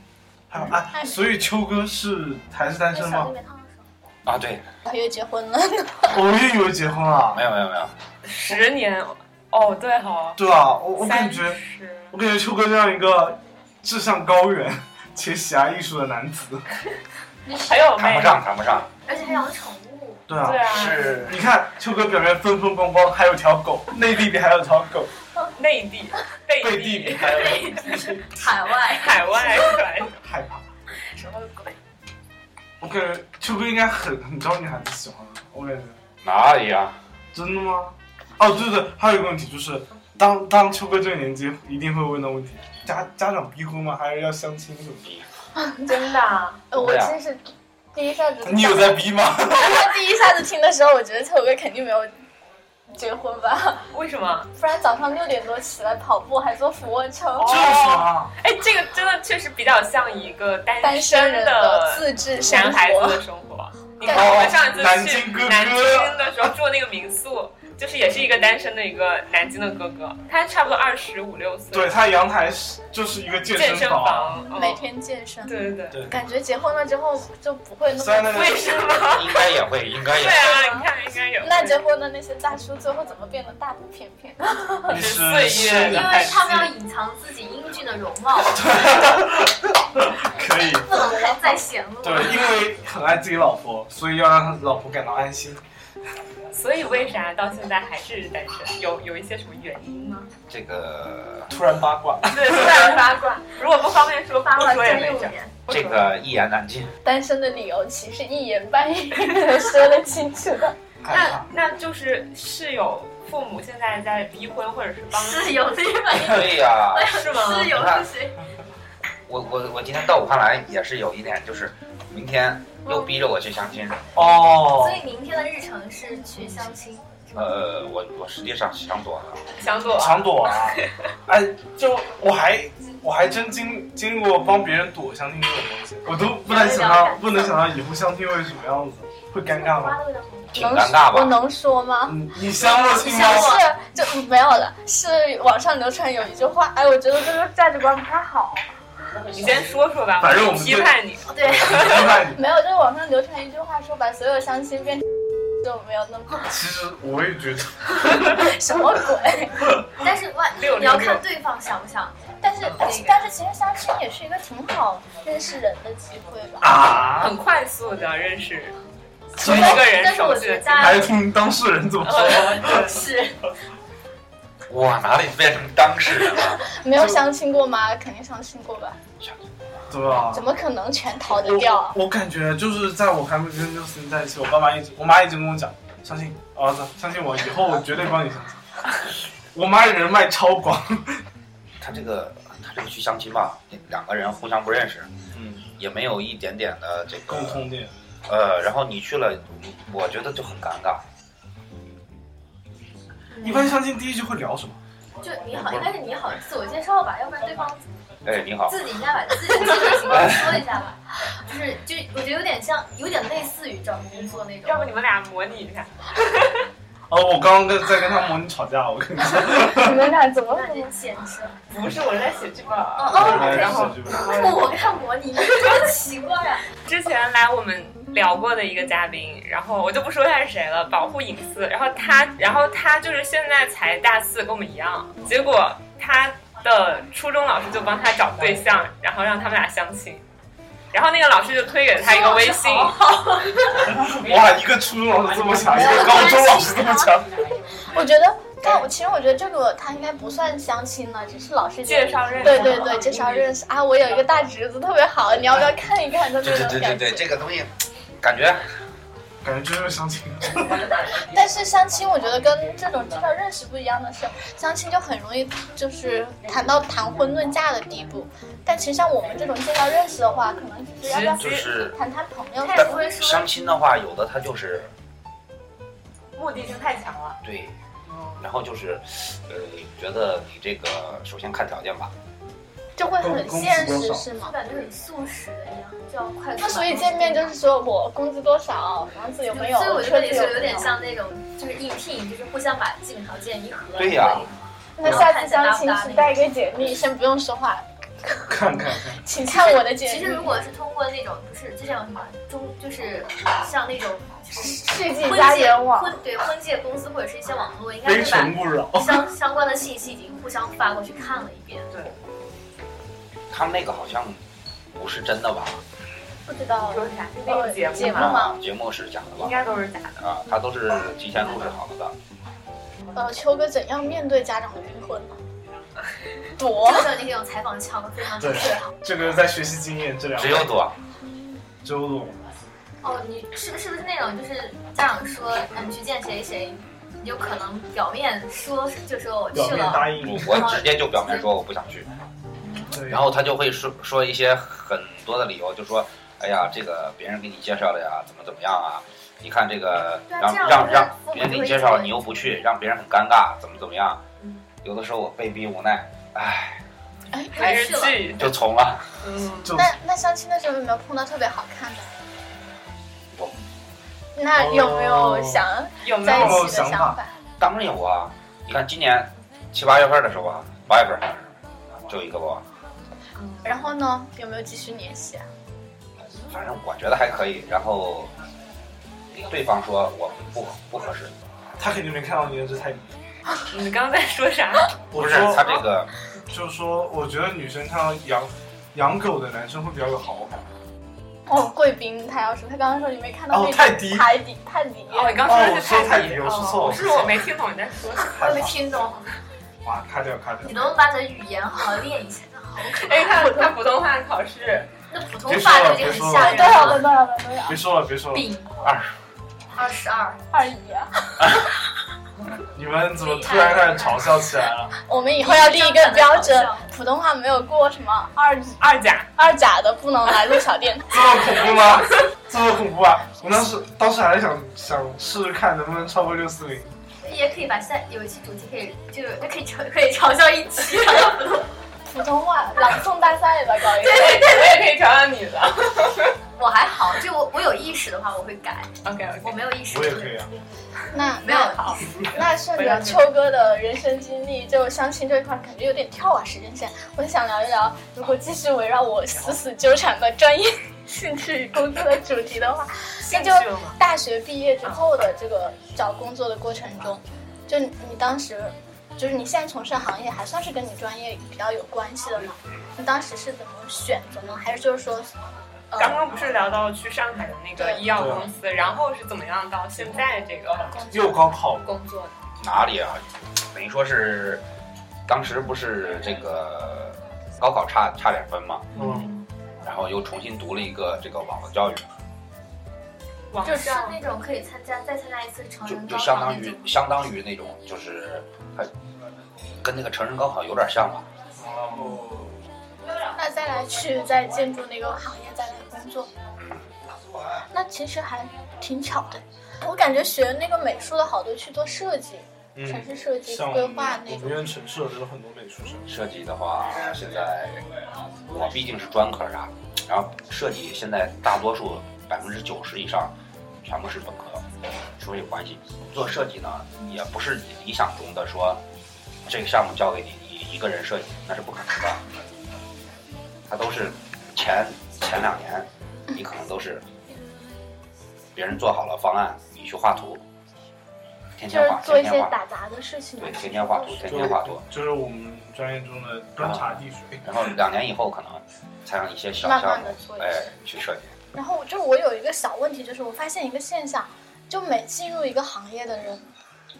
Speaker 5: 还有啊，所以秋哥是还是单身
Speaker 7: 那小
Speaker 5: 吗
Speaker 7: 妹？妹她那时候
Speaker 6: 啊，对，
Speaker 2: 我又结婚了，
Speaker 5: 我也以为结婚了
Speaker 6: 没，有没有没有，
Speaker 1: 十年，哦，对哈、
Speaker 5: 对啊，我我感觉
Speaker 1: 30
Speaker 5: 我感觉秋哥这样一个志向高远 且喜爱艺术的男子，
Speaker 1: 还有
Speaker 6: 谈
Speaker 1: 妹
Speaker 6: 不，上谈不上，
Speaker 7: 而且还养了宠物，
Speaker 5: 对啊
Speaker 1: 对，啊，
Speaker 6: 是
Speaker 5: 你看秋哥表面风风光光，还有条狗，内地里还有条狗，
Speaker 1: 内地、背
Speaker 5: 背地里还有一条狗
Speaker 7: 海外
Speaker 1: 海外来
Speaker 5: 害怕。
Speaker 7: 什么鬼？
Speaker 5: 我感觉秋哥应该很很招女孩子喜欢的，我感觉。
Speaker 6: 哪里啊？
Speaker 5: 真的吗？哦，对对，还有一个问题就是，当当秋哥这个年纪，一定会问的问题：家家长逼婚吗？还是要相亲什么
Speaker 1: 真的啊，
Speaker 2: 呃我真是第一下子
Speaker 5: 的？，你有在逼吗？
Speaker 2: 第一下子听的时候，我觉得臭哥肯定没有结婚吧，
Speaker 1: 为什么？
Speaker 2: 不然早上六点多起来跑步，还做俯卧撑，
Speaker 6: 哦
Speaker 5: 就是啊，
Speaker 1: 哎，这个真的确实比较像一个
Speaker 2: 单
Speaker 1: 单
Speaker 2: 身
Speaker 1: 身
Speaker 2: 人的
Speaker 1: 的
Speaker 2: 自制生
Speaker 1: 男孩子
Speaker 2: 活。
Speaker 1: 的生活。你看我们上一次
Speaker 5: 南
Speaker 1: 去
Speaker 5: 京哥哥
Speaker 1: 南京的时候住那个民宿，就是也是一个单身的一个南京的哥哥，他差不多二十五六岁，
Speaker 5: 对，他阳台是就是一个健
Speaker 1: 健身
Speaker 5: 房，
Speaker 1: 房，嗯
Speaker 2: 每天健身，
Speaker 1: 对对对，
Speaker 2: 感觉结婚了之后就不会
Speaker 5: 虽然
Speaker 2: 那
Speaker 5: 那
Speaker 2: 么。
Speaker 5: 个
Speaker 1: 为什么？
Speaker 6: 应该也会，应该
Speaker 1: 对
Speaker 6: 也
Speaker 1: 啊，你看应该有
Speaker 2: 那结婚的那些大叔最后怎么变得大腹便便？
Speaker 5: 你
Speaker 1: 是
Speaker 5: 是
Speaker 1: 岁月
Speaker 5: 是
Speaker 7: 因
Speaker 1: 的
Speaker 7: 为他们要隐藏自己英俊的容 貌，
Speaker 5: 可以，
Speaker 7: 不能还在显露。
Speaker 5: 对，因为很爱自己老婆，所以要让他老婆感到安心。
Speaker 1: 所以为啥到现在还是单身？有有一些什么原因吗？
Speaker 6: 这个
Speaker 5: 突然八卦，
Speaker 1: 对，突然八卦，如果不方便说，
Speaker 7: 八
Speaker 1: 不
Speaker 7: 卦
Speaker 1: 说也
Speaker 7: 真
Speaker 1: 没
Speaker 7: 六
Speaker 1: 事儿。
Speaker 7: 年，
Speaker 1: 不
Speaker 6: 这
Speaker 1: 说
Speaker 6: 个一言难尽，
Speaker 2: 单身的理由其实一言半语说得清楚的。
Speaker 5: 害
Speaker 1: 那
Speaker 5: 怕。
Speaker 1: 那就是是有父母现在在逼婚，或者是帮
Speaker 7: 室友这个
Speaker 6: 对呀、
Speaker 1: 是吗
Speaker 7: 室？友是谁？
Speaker 6: 我我我今天到武汉来也是有一点，就是明天又逼着我去相亲。
Speaker 5: 哦
Speaker 7: 所，以明天的日程是去相亲，
Speaker 6: 呃，我我实际上想躲的，
Speaker 1: 想躲
Speaker 5: 常躲 啊！哎，就我还我还真经经过帮别人躲相亲这种东西，我都不能想到，不能想到以后相亲会是什么样子，会尴尬
Speaker 7: 花
Speaker 5: 吗？
Speaker 7: 的味道很浓
Speaker 6: 挺
Speaker 2: 能
Speaker 6: 尴尬
Speaker 2: 我
Speaker 6: 吧？
Speaker 2: 能说
Speaker 7: 啊
Speaker 2: 吗？
Speaker 5: 嗯，你相过亲吗？
Speaker 2: 是就没有了，是网上流传有一句话，哎，我觉得这个价值观不太好。
Speaker 1: 你先说说吧，
Speaker 5: 反正我们
Speaker 1: 批判你。
Speaker 7: 哦对，
Speaker 5: 另外，
Speaker 2: 没有，就是网上流传一句话说，把所有相亲变成就没有那么
Speaker 5: 其实我也觉得，
Speaker 2: 什么鬼。
Speaker 7: 但是万
Speaker 1: 六
Speaker 7: 你要
Speaker 1: 六
Speaker 7: 看对方想不 想。
Speaker 2: 但是但是其实相亲也是一个挺好认识人的机会吧。
Speaker 5: 啊，
Speaker 1: 很快速的认识
Speaker 5: 真
Speaker 1: 一
Speaker 5: 的
Speaker 1: 个人
Speaker 7: 但是
Speaker 1: 手
Speaker 7: 我
Speaker 1: 续
Speaker 7: 觉
Speaker 1: 的
Speaker 7: 得
Speaker 1: 机
Speaker 7: 大
Speaker 5: 还
Speaker 7: 家
Speaker 5: 听当事人怎么说？
Speaker 1: 会。
Speaker 7: 是
Speaker 6: 我哪里变成当事人了？
Speaker 2: 没有相亲过吗？肯定相亲过吧？
Speaker 5: 对啊吧？
Speaker 2: 怎么可能全逃得掉啊？
Speaker 5: 我感觉就是在我还没跟六四零在一起，我爸妈一直，我妈一直跟我讲，相信儿子，相信我，以后我绝对帮你相亲。我妈人脉超广，
Speaker 6: 他这个他这个去相亲吧，两个人互相不认识，
Speaker 5: 嗯，
Speaker 6: 也没有一点点的这
Speaker 5: 共
Speaker 6: 个
Speaker 5: 通点。
Speaker 6: 呃，然后你去了，我觉得就很尴尬。
Speaker 5: 一般相亲第一句会聊什么？
Speaker 7: 就你好，应该是你好自我介绍吧，要不然对方
Speaker 6: 哎，你好，
Speaker 7: 自己应该把自己的基本情况说一下吧。就是就我觉得有点像，有点类似于找工作那
Speaker 1: 要不
Speaker 7: 种。
Speaker 1: 你们俩模拟一下，
Speaker 5: 哦，我刚刚跟在跟他模拟吵架，我跟你说，
Speaker 2: 你们俩怎么
Speaker 7: 那就简直
Speaker 1: 不是我在写剧本儿。
Speaker 7: 哦
Speaker 5: 哎
Speaker 7: 哦，
Speaker 1: 然后
Speaker 5: 是
Speaker 7: 我我跟他模拟，真奇怪啊！
Speaker 1: 之前来我们聊过的一个嘉宾，然后我就不说他是谁了，保护隐私。然后他，然后他就是现在才大四，跟我们一样。结果他的初中老师就帮他找对象，然后让他们俩相亲。然后那个老师就推给他一个微信，
Speaker 5: 哇，一个初中老师这么强，一个高中老师这么强，
Speaker 2: 我觉得，但我其实我觉得这个他应该不算相亲了，只是老师
Speaker 1: 介。绍认识，
Speaker 2: 对对对，介绍认识啊！我有一个大侄子特别好，你要不要看一看？就那
Speaker 6: 对对
Speaker 2: 种
Speaker 6: 对
Speaker 2: 感
Speaker 6: 对
Speaker 2: 觉
Speaker 6: 对，。这个东西感觉
Speaker 5: 感觉就是相亲。
Speaker 2: 但是相亲，我觉得跟这种介绍认识不一样的是，相亲就很容易就是谈到谈婚论嫁的地步。但其实像我们这种介绍认识的话，可能只是要不要
Speaker 1: 直
Speaker 6: 就是
Speaker 2: 谈谈朋友
Speaker 7: 他
Speaker 2: 什
Speaker 7: 也
Speaker 2: 么的。
Speaker 7: 不会
Speaker 6: 相
Speaker 7: 说
Speaker 6: 亲的话，有的他就是
Speaker 1: 目的性太强了。
Speaker 6: 对，
Speaker 1: 嗯
Speaker 6: 然后就是，呃，觉得你这个首先看条件吧，
Speaker 2: 就会很现实，是
Speaker 7: 就
Speaker 2: 吗？
Speaker 7: 感觉很速食一样，就要快速把东西。
Speaker 2: 那所以见面就是说我工资多少，房子有没有，
Speaker 7: 所以我觉
Speaker 2: 车
Speaker 7: 得
Speaker 2: 子
Speaker 7: 这
Speaker 2: 有
Speaker 7: 个有
Speaker 2: 没
Speaker 7: 点
Speaker 2: 有。
Speaker 7: 像那种就是 ET，就是互相把基本条件一核。
Speaker 6: 对呀
Speaker 2: 那下次相亲请带一个姐蜜，先不用说话，
Speaker 5: 看看看，
Speaker 2: 请看我的姐
Speaker 7: 其
Speaker 2: 蜜
Speaker 7: 实。如果是通过那种，不是就像什么中，就是像那种
Speaker 2: 世纪
Speaker 7: 婚
Speaker 2: 佳
Speaker 7: 介
Speaker 2: 缘网
Speaker 7: 婚对婚介公司或者是一些网络，应该
Speaker 5: 非
Speaker 7: 会把
Speaker 5: 诚勿扰。
Speaker 7: 相相关的信息已经互相发过去看了一遍。
Speaker 6: 他们那个好像不是真的吧？嗯
Speaker 2: 不知道
Speaker 1: 你说啥？是那个节目吗？
Speaker 2: 吗？
Speaker 6: 节目是假的
Speaker 1: 应
Speaker 6: 吧？
Speaker 1: 该都是假的。
Speaker 6: 啊，他都是提前录制好了的。
Speaker 2: 呃，秋哥怎样面对家长的逼 婚呢？躲
Speaker 7: 就像那种采访腔非常准啊确好。
Speaker 5: 这个在学习经验，这两
Speaker 6: 只有躲，
Speaker 5: 周总，
Speaker 7: 哦，你是不是不是那种就是家长说让你去见谁谁，你就可能表面说就说我去
Speaker 5: 表面
Speaker 7: 了，
Speaker 5: 答应
Speaker 6: 我
Speaker 5: 你，
Speaker 6: 我直接就表面说我不想去，
Speaker 5: 对
Speaker 6: 然后他就会说说一些很多的理由，就说，哎呀，这个别人给你介绍的呀，怎么怎么样啊？你看这个
Speaker 7: 对啊
Speaker 6: 让
Speaker 7: 这样
Speaker 6: 让
Speaker 7: 我
Speaker 6: 让
Speaker 7: 父母
Speaker 6: 别人给
Speaker 7: 就
Speaker 6: 你
Speaker 7: 会
Speaker 6: 介绍
Speaker 7: 觉
Speaker 6: 了，
Speaker 7: 得
Speaker 6: 你又不去，让别人很尴尬，怎么怎么样
Speaker 7: 嗯？
Speaker 6: 有的时候我被逼无奈，唉，
Speaker 1: 还是去，
Speaker 6: 就从了。
Speaker 1: 嗯，
Speaker 5: 就
Speaker 2: 哎那那相亲的时候有没有碰到特别好看的？
Speaker 6: 我
Speaker 2: 那有没有想
Speaker 1: 哦有没
Speaker 2: 在
Speaker 1: 有
Speaker 2: 一起的
Speaker 5: 想
Speaker 2: 想
Speaker 5: 法
Speaker 2: 法？
Speaker 6: 当然有啊，你看今年七八月份的时候啊，八月份好像是就有一个吧，
Speaker 2: 然后呢，有没有继续联系啊？
Speaker 6: 反正我觉得还可以。然后对方说我们不不合适，
Speaker 5: 他肯定没看到你的这太低。
Speaker 1: 嗯你刚才说啥？
Speaker 5: 我
Speaker 6: 不是
Speaker 5: 说
Speaker 6: 他这个
Speaker 5: 就是说，我觉得女生看到养养狗的男生会比较有好感。
Speaker 2: 哦，贵宾他要说，他刚刚说你没看到
Speaker 5: 哦
Speaker 2: 那个
Speaker 5: 泰迪
Speaker 2: 泰迪，泰迪，
Speaker 1: 哦，你刚说
Speaker 5: 哦我
Speaker 1: 的
Speaker 5: 说
Speaker 1: 是
Speaker 5: 泰
Speaker 1: 泰
Speaker 5: 迪
Speaker 1: 迪，
Speaker 5: 我说错
Speaker 1: 哦
Speaker 5: 了
Speaker 1: 是我没听懂你在说啥。
Speaker 7: 我也没听懂。
Speaker 5: 哇，卡掉卡掉
Speaker 7: 你，能不能把你的语言好好练一下？好，
Speaker 1: 哎，他他普通话考试，
Speaker 7: 那普通话就已经很吓
Speaker 2: 啊
Speaker 7: 人
Speaker 2: 多少
Speaker 7: 了。
Speaker 2: 分？多少分？多少
Speaker 5: 别
Speaker 2: 分？
Speaker 5: 说了别说了，
Speaker 7: B
Speaker 6: 二
Speaker 7: 二十二，
Speaker 2: 二姨啊，
Speaker 5: 你们怎么突然开始嘲笑起来了？
Speaker 2: 我们以后要立一个标准嗯
Speaker 7: 这样很好，
Speaker 2: 普通话没有过什么二
Speaker 1: 二甲，
Speaker 2: 二甲的不能来录小电台。
Speaker 5: 这么恐怖吗？这么恐怖啊！我当时当时还是想想试试看能不能超过六四零，
Speaker 7: 也可以把下有一期主题可以就是可以嘲可以嘲笑一期，然后普通
Speaker 2: 普通话朗诵大赛吧，搞一个。
Speaker 1: 我也可以调到你了。
Speaker 7: 我还好，就我我有意识的话我会改，
Speaker 1: OK
Speaker 7: 我
Speaker 1: OK，
Speaker 7: 没有意识
Speaker 5: 我也可以啊。
Speaker 2: 那
Speaker 7: 没有
Speaker 2: 那
Speaker 1: 好，
Speaker 2: 那顺着秋哥的人生经历，就相亲这一块，感觉有点跳啊时间线。我想聊一聊，如果继续围绕我死死纠缠的专业兴趣与工作的主题的话，
Speaker 1: 兴
Speaker 2: 那
Speaker 1: 趣
Speaker 2: 就
Speaker 1: 了吗？
Speaker 2: 大学毕业之后的这个找工作的过程中，就你你当时，就是你现在从事的行业还算是跟你专业比较有关系的吗？你当时是怎么选择呢？还是就是说，呃，
Speaker 1: 刚刚不是聊到去上海的那个
Speaker 2: 对
Speaker 1: 医药公司，然后是怎么样到现在这个
Speaker 5: 又高考了，
Speaker 1: 工作的？
Speaker 6: 哪里啊？等于说是当时不是这个高考差差点分嘛，
Speaker 5: 嗯，
Speaker 6: 然后又重新读了一个这个网络教育，
Speaker 1: 网
Speaker 7: 就是
Speaker 1: 上
Speaker 7: 那种可以参加再参加一次成
Speaker 6: 就
Speaker 7: 人
Speaker 6: 就
Speaker 7: 高
Speaker 6: 相
Speaker 7: 考
Speaker 6: 当
Speaker 7: 那
Speaker 6: 于
Speaker 7: 种。
Speaker 6: 相当于那种就是它跟那个成人高考有点像吧。
Speaker 5: 然后
Speaker 2: 那再来去再进入那个行业再来工作，
Speaker 6: 啊
Speaker 2: 那其实还挺巧的。我感觉学那个美术的好多去做设计、城
Speaker 5: 嗯，
Speaker 2: 市设计、
Speaker 5: 像
Speaker 2: 规划那
Speaker 5: 我
Speaker 2: 种
Speaker 5: 们，院城市的有很多美术生，
Speaker 6: 设计的话，现在我毕竟是专科啊，然后设计现在大多数百分之九十以上全部是本科，所以关系做设计呢，也不是你理想中的说这个项目交给你，你一个人设计那是不可能的，它都是前前两年你可能都是别人做好了方案，你去画图，天
Speaker 2: 就
Speaker 6: 天
Speaker 2: 是
Speaker 6: 画，
Speaker 2: 做一
Speaker 6: 天
Speaker 2: 些
Speaker 6: 天画，
Speaker 2: 打杂的事情嘛
Speaker 6: 对，。天天画图，天天画图。
Speaker 5: 就是我们专业中的端茶递水。
Speaker 6: 然后两年以后可能才让一些小
Speaker 2: 慢
Speaker 6: 项
Speaker 2: 慢地
Speaker 6: 目
Speaker 2: 做一些
Speaker 6: 哎去设计。
Speaker 2: 然后就是我有一个小问题，就是我发现一个现象，就每进入一个行业的人，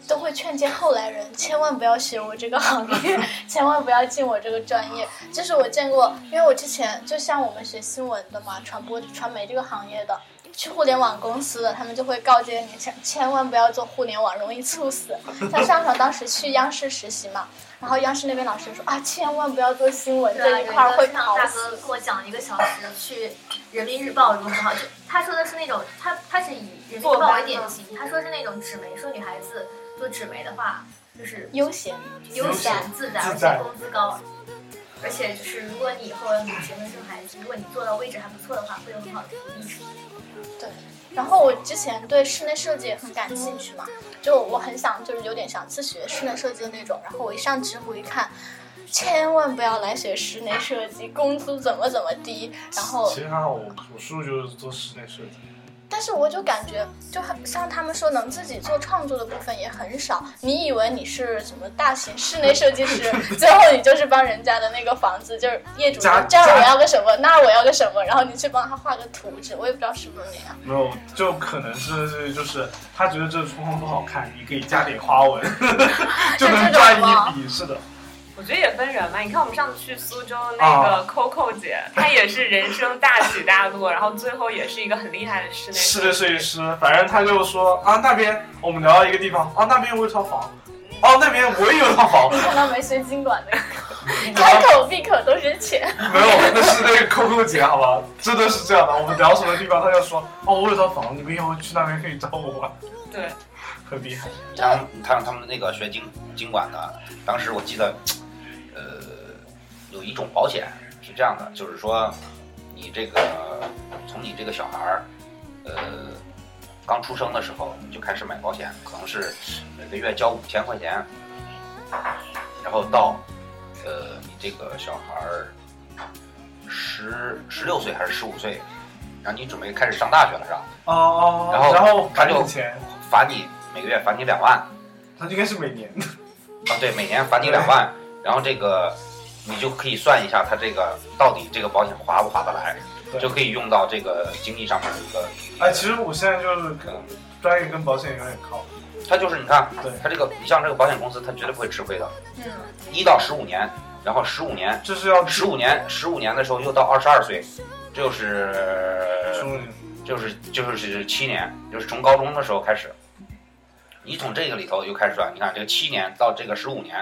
Speaker 2: 都会劝诫后来人千万不要学我这个行业， 千万不要进我这个专业。这是我见过，因为我之前就像我们学新闻的嘛，传播传媒这个行业的，去互联网公司的，他们就会告诫你千千万不要做互联网，容易猝死。像上场当时去央视实习嘛，然后央视那边老师说啊，千万不要做新闻这
Speaker 7: 对
Speaker 2: 一块
Speaker 7: 啊，
Speaker 2: 儿
Speaker 7: 有
Speaker 2: 会
Speaker 7: 一个市场
Speaker 2: 跑
Speaker 7: 大哥
Speaker 2: 死。
Speaker 7: 跟我讲了一个小时，去《人民日报》如何好，就他说的是那种，他他是以《人民日报》为典型，他说是那种纸媒，说女孩子做纸媒的话，就是
Speaker 2: 悠闲，
Speaker 7: 悠闲自在，而
Speaker 5: 自在
Speaker 7: 且工资高。而且就是，如果你以后你结婚生孩子，如果你做到位置还不错的话，会有很好的福利。
Speaker 2: 对。然后我之前对室内设计也很感兴趣嘛，就我很想就是有点想自学室内设计的那种。然后我一上知乎一看，千万不要来学室内设计，工资怎么怎么低。然后
Speaker 5: 其实还好，我我叔叔就是做室内设计，
Speaker 2: 但是我就感觉，就很像他们说能自己做创作的部分也很少。你以为你是什么大型室内设计 师，最后你就是帮人家的那个房子，就是业主
Speaker 5: 加
Speaker 2: 说这儿
Speaker 5: 加
Speaker 2: 我要个什么，那儿我要个什么，然后你去帮他画个图纸，我也不知道是不是那样。
Speaker 5: 没有，就可能是是就是他觉得这个窗框不好看，你可以加点花纹， 就能赚一笔。是的，
Speaker 1: 我觉得也分人吧。你看我们上次去苏州那个 Coco 姐，她也是人生大起大落，然后最后也是一个很厉害的室内
Speaker 5: 室内设计师，反正他就说啊那边我们聊到一个地方啊那边我有套房，哦那边我也有套房
Speaker 2: 你，看到没学经管的，开口闭口都是钱。
Speaker 5: 没有，那是那个 Coco 姐，好吧，真的是这样的。我们聊什么地方，他就说哦我有套房，你们以后去那边可以找我玩，
Speaker 1: 对，
Speaker 5: 很厉害。
Speaker 2: 就
Speaker 6: 他他让他们那个学经经管的，当时我记得，呃，有一种保险是这样的，就是说，你这个从你这个小孩儿，呃，刚出生的时候你就开始买保险，可能是每个月交五千块钱，然后到，呃，你这个小孩儿十十六岁还是十五岁，然后你准备开始上大学了是吧？
Speaker 5: 哦，
Speaker 6: 然后
Speaker 5: 然后
Speaker 6: 他
Speaker 5: 还
Speaker 6: 就
Speaker 5: 有钱，
Speaker 6: 罚你每个月罚你两万。
Speaker 5: 他应该是每年的。
Speaker 6: 啊，对，每年罚你两万，然后这个你就可以算一下，它这个到底这个保险划不划得来，
Speaker 5: 对
Speaker 6: 就可以用到这个经济上面的一个。
Speaker 5: 哎，其实我现在就是跟专业跟保险有点靠。
Speaker 6: 它就是你看
Speaker 5: 对，
Speaker 6: 它这个你像这个保险公司，它绝对不会吃亏的。
Speaker 2: 嗯，
Speaker 6: 一到十五年，然后十五年，
Speaker 5: 这是要
Speaker 6: 十五年，十五年的时候又到二十二岁，这就是
Speaker 5: 中
Speaker 6: 就是就是是七年，就是从高中的时候开始，你从这个里头就开始算，你看这个七年到这个十五年，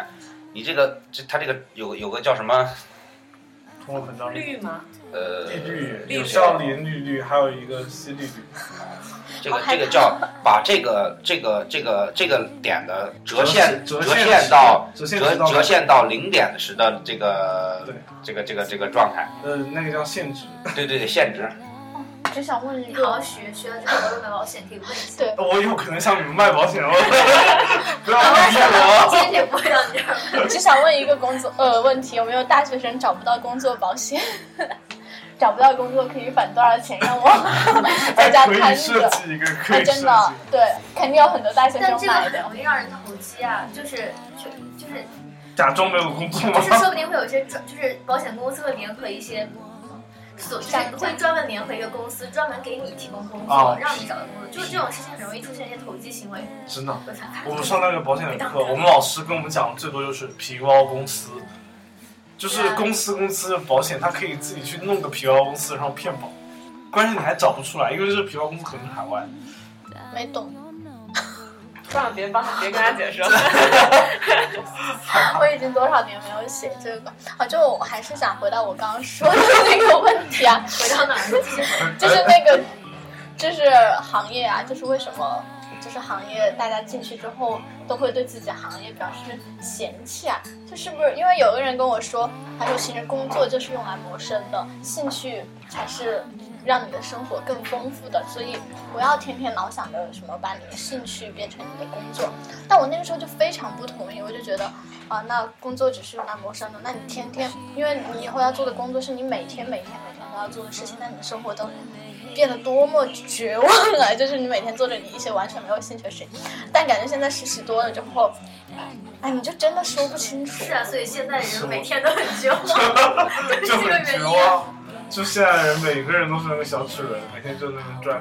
Speaker 6: 你这个这它这个有有个叫什么
Speaker 5: 通货膨胀率、
Speaker 1: 绿吗？
Speaker 6: 呃
Speaker 5: 利率、
Speaker 1: 利率
Speaker 5: 有效年利率，还有一个息利率。
Speaker 6: 这个
Speaker 2: 好害怕
Speaker 6: 这个叫把这个这个这个这个点的折线
Speaker 5: 折
Speaker 6: 折
Speaker 5: 线
Speaker 6: 线到
Speaker 5: 折线
Speaker 6: 折
Speaker 5: 直到
Speaker 6: 折线到零点时的这个
Speaker 5: 对
Speaker 6: 这个这个这个状态，
Speaker 5: 呃，那个叫限制。
Speaker 6: 对对对，限值。
Speaker 2: 只想问一
Speaker 7: 你好好
Speaker 2: 个，
Speaker 7: 学，学了之后有没有买保险可以问一下。
Speaker 2: 对
Speaker 5: 我有可能向你们卖保险 了，不要
Speaker 7: 然
Speaker 5: 欺骗 我。
Speaker 7: 后坚决不会让你这样。
Speaker 2: 只想问一个工作呃问题，有没有大学生找不到工作保险？ 找不到工作可以返多少钱让我 在
Speaker 5: 哎，
Speaker 2: 家
Speaker 5: 可
Speaker 2: 看
Speaker 5: 以设
Speaker 2: 着？
Speaker 5: 计一个，可
Speaker 2: 哎，
Speaker 5: 以设
Speaker 2: 真
Speaker 5: 计。
Speaker 2: 的，对，肯定有很多大学
Speaker 7: 但
Speaker 2: 生
Speaker 7: 这个
Speaker 2: 买
Speaker 7: 很
Speaker 2: 的。
Speaker 7: 容易让人投机啊，就是就 就是
Speaker 5: 假装没有工作
Speaker 7: 就是，
Speaker 5: 吗？
Speaker 7: 说不定会有一些专，就是保险公司会联合一些。所就是会专门联合一个公司，专门给你提供工作，
Speaker 5: 哦
Speaker 7: 让你找到工作，就是这种事情很容易出现一些投机行为。
Speaker 5: 真的。
Speaker 7: 我想
Speaker 5: 我们上那个保险的课，我们老师跟我们讲，最多就是皮包公司，
Speaker 2: 啊
Speaker 5: 就是公司公司的保险，他可以自己去弄个皮包公司，然后骗保。关键你还找不出来，因为这个皮包公司可能是海外。
Speaker 2: 没懂，
Speaker 1: 算了，别帮她，别跟她解释了。
Speaker 2: 我已经多少年没有写这个啊，就我还是想回到我刚刚说的那个问题啊，
Speaker 7: 回到哪儿呢？就是
Speaker 2: 就是那个，就是行业啊，就是为什么就是行业大家进去之后都会对自己的行业表示嫌弃啊？就是不是因为有个人跟我说，他说其实工作就是用来谋生的，兴趣才是让你的生活更丰富的，所以不要天天老想着什么把你的兴趣变成你的工作。但我那个时候就非常不同意，我就觉得啊、那工作只是用来谋生的，那你天天，因为你以后要做的工作是你每天每天每天都要做的事情，那你的生活都变得多么绝望啊！ 就是你每天做着你一些完全没有兴趣的事情，但感觉现在实习多了之后，哎，你就真的说不清楚。
Speaker 7: 是啊，所以现在人每天都很绝望， 就是
Speaker 5: 就
Speaker 7: 这个
Speaker 5: 很
Speaker 7: 原
Speaker 5: 绝
Speaker 7: 因啊。
Speaker 5: 望。就现在人每个人都是那个小齿轮，每天就在那边转。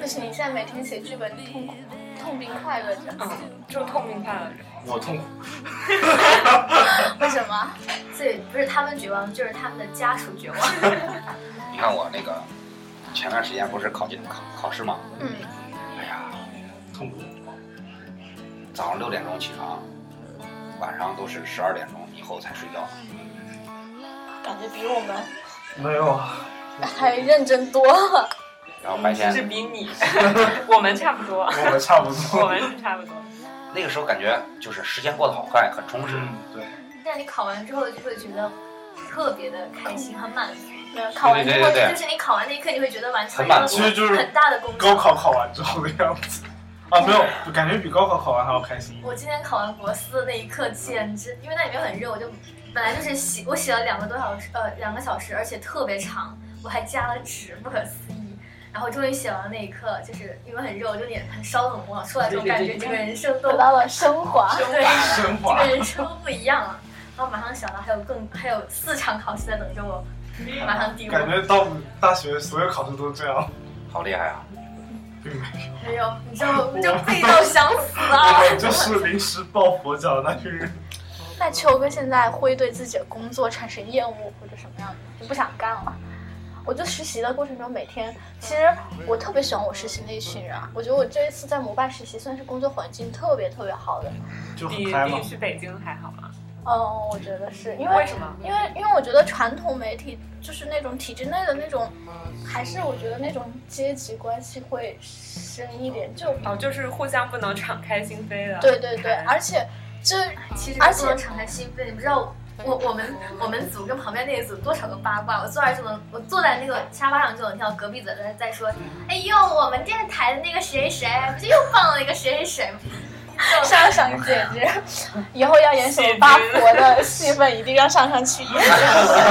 Speaker 2: 但是你现在每天写剧本，你痛苦吗痛并快乐着，
Speaker 1: 嗯，就是痛并快乐着。
Speaker 5: 我痛苦，
Speaker 2: 为什么？
Speaker 7: 所以不是他们绝望，就是他们的家属绝望。
Speaker 6: 你看我那个前段时间不是考进考考试吗？
Speaker 2: 嗯，
Speaker 6: 哎呀，
Speaker 5: 痛苦。
Speaker 6: 早上六点钟起床，晚上都是十二点钟以后才睡觉。
Speaker 5: 嗯
Speaker 2: 感觉比我们
Speaker 5: 没有啊，
Speaker 2: 还认真多了。
Speaker 6: 然后白天
Speaker 1: 是比你，我们差不多，
Speaker 5: 我们差不
Speaker 1: 我
Speaker 5: 多。
Speaker 1: 们是差不多。
Speaker 6: 那个时候感觉就是时间过得好快，很充实。
Speaker 5: 嗯，对，
Speaker 7: 但你考完之后就会觉得特别的开心，很满足。
Speaker 2: 没有考完之
Speaker 6: 对
Speaker 2: 后
Speaker 6: 对对
Speaker 7: 就是你考完那一刻，你会觉得完成
Speaker 6: 很满
Speaker 7: 了
Speaker 6: 足
Speaker 7: 一
Speaker 5: 其实
Speaker 7: 个
Speaker 5: 就是
Speaker 7: 很大的工作。
Speaker 5: 高考考完之后的样子。啊，没有，我感觉比高考考完还要开心。
Speaker 7: 我今天考完国四的那一刻，简直，因为那里面很热，我就本来就是洗，我洗了两个多小时，呃，两个小时，而且特别长，我还加了纸，不可思议。然后终于写完了那一刻，就是因为很热，我就脸很烧得很旺，出来之后感觉整个人生都
Speaker 2: 得到了升华，
Speaker 7: 啊对，
Speaker 5: 升
Speaker 7: 这
Speaker 5: 华
Speaker 7: 个人生都不一样了。然后马上想到还有更还有四场考试在等着我，马上丢。
Speaker 5: 感觉到大学所有考试都这样，
Speaker 6: 好厉害啊！
Speaker 5: 并没有
Speaker 7: 哎呦，你知道你就背到想死啊！
Speaker 5: 我就是临时抱佛脚那群人。
Speaker 2: 那秋哥现在会对自己的工作产生厌恶或者什么样的？就不想干了。我就实习的过程中，每天其实我特别喜欢我实习那一群人啊。我觉得我这一次在摩拜实习算是工作环境特别特别好的。
Speaker 5: 就很
Speaker 1: 比
Speaker 5: 嗨嘛
Speaker 1: 比。去北京还好吗？
Speaker 2: 嗯，我觉得是因
Speaker 1: 为
Speaker 2: 为
Speaker 1: 什么？
Speaker 2: 因为因为我觉得传统媒体就是那种体制内的那种，还是我觉得那种阶级关系会深一点。就
Speaker 1: 哦，就是互相不能敞开心扉的。
Speaker 2: 对对对，而且这
Speaker 7: 其实
Speaker 2: 而
Speaker 7: 不能
Speaker 2: 且
Speaker 7: 敞开心扉，你不知道我我们我们组跟旁边那一组多少个八卦。我坐那就能，我坐在那个沙发上就能听到隔壁在在在说，
Speaker 5: 嗯
Speaker 7: 哎呦，我们电视台的那个谁谁谁，不就又放了一个谁谁谁吗？
Speaker 2: 上上姐姐，以后要演什么八婆的戏份，一定让上上去演。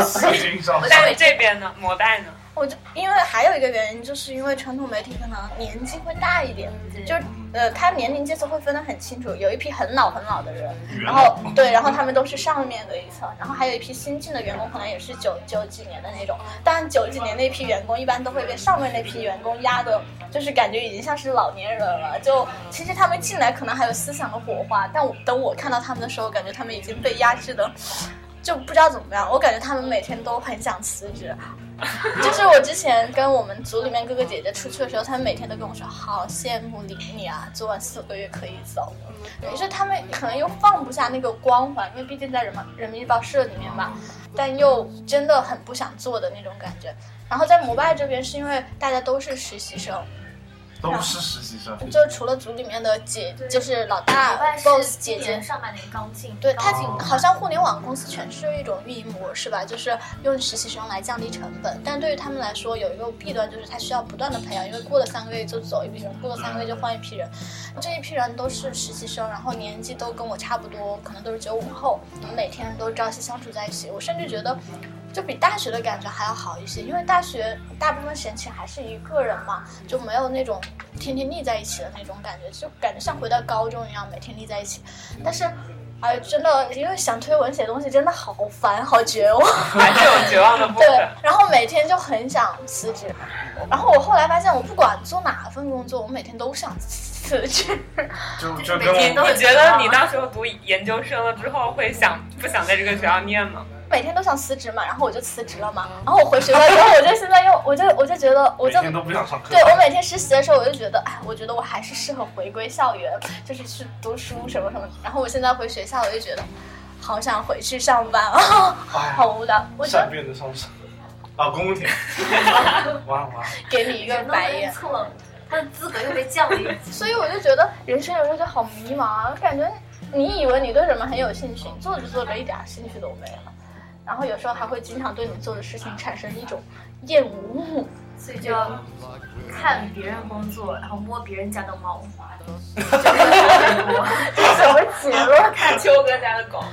Speaker 5: 心情上
Speaker 7: 我，
Speaker 1: 但是这边呢，摩拜 呢，
Speaker 2: 我就因为还有一个原因，就是因为传统媒体可能年纪会大一点，就是呃，他年龄阶层会分得很清楚，有一批很老很老的人，然后对，然后他们都是上面的一层，然后还有一批新进的员工，可能也是九九几年的那种，但九几年那批员工一般都会被上面那批员工压的，就是感觉已经像是老年人了。就其实他们进来可能还有思想的火花，但我等我看到他们的时候，感觉他们已经被压制的。就不知道怎么样，我感觉他们每天都很想辞职。 就是我之前跟我们组里面哥哥姐姐出去的时候，他们每天都跟我说好羡慕你你啊，做完四个月可以走。于是他们可能又放不下那个光环，因为毕竟在人民人民日报社里面吧，但又真的很不想做的那种感觉。然后在摩拜这边，是因为大家都是实习生，
Speaker 5: 都是实习生。
Speaker 2: 就除了组里面的姐，
Speaker 7: 对
Speaker 2: 就是老
Speaker 7: 我
Speaker 2: 大
Speaker 7: 爸
Speaker 2: 啊 boss
Speaker 7: 是
Speaker 2: 姐
Speaker 7: 今
Speaker 2: 姐
Speaker 7: 年，上半年刚进，
Speaker 2: 对它
Speaker 7: 刚进
Speaker 2: 好像互联网公司全是一种运营模式吧，就是用实习生来降低成本。但对于他们来说，有一个弊端就是它需要不断的培养，因为过了三个月就走一批人，过了三个月就换一批人。这一批人都是实习生，然后年纪都跟我差不多，可能都是九五后，我们每天都朝夕相处在一起。我甚至觉得，就比大学的感觉还要好一些，因为大学大部分闲情还是一个人嘛，就没有那种天天腻在一起的那种感觉，就感觉像回到高中一样，每天腻在一起。但是，哎，真的，因为想推文写东西真的好烦，好绝望。
Speaker 1: 还是有绝望的部
Speaker 2: 对
Speaker 1: 分。，
Speaker 2: 然后每天就很想辞职。然后我后来发现，我不管做哪份工作，我每天都想辞职。
Speaker 5: 就就
Speaker 7: 每
Speaker 5: 跟
Speaker 7: 天
Speaker 5: 我
Speaker 7: 都
Speaker 1: 你
Speaker 7: 很
Speaker 1: 觉
Speaker 7: 绝
Speaker 1: 得
Speaker 7: 望
Speaker 1: 你到时候读研究生了之后，会想不想在这个学校念吗？
Speaker 2: 每天都想辞职嘛，然后我就辞职了嘛。然后我回学校之 后，我就现在又，我就我就觉得，我
Speaker 5: 每
Speaker 2: 就
Speaker 5: 天都不想上课
Speaker 2: 对。我每天实习的时候，我就觉得，哎，我觉得我还是适合回归校园，就是去读书什么什么。然后我现在回学校，我就觉得，好想回去上班啊，
Speaker 5: 哎，
Speaker 2: 好无聊。我觉
Speaker 5: 善
Speaker 2: 得
Speaker 5: 变的上司，啊，公 公铁，哇哇，
Speaker 2: 给你一个
Speaker 7: 人都
Speaker 2: 白
Speaker 7: 没
Speaker 2: 眼，
Speaker 7: 错了，他的资格又被降了一级。
Speaker 2: 所以我就觉得人生有时候就好迷茫啊，感觉你以为你对什么很有兴趣，你做着做着一点兴趣都没了。然后有时候还会经常对你做的事情产生一种厌恶。
Speaker 7: 所以就要看别人工作，然后摸别人家的猫。
Speaker 2: 什么结论？
Speaker 1: 看秋哥家的狗，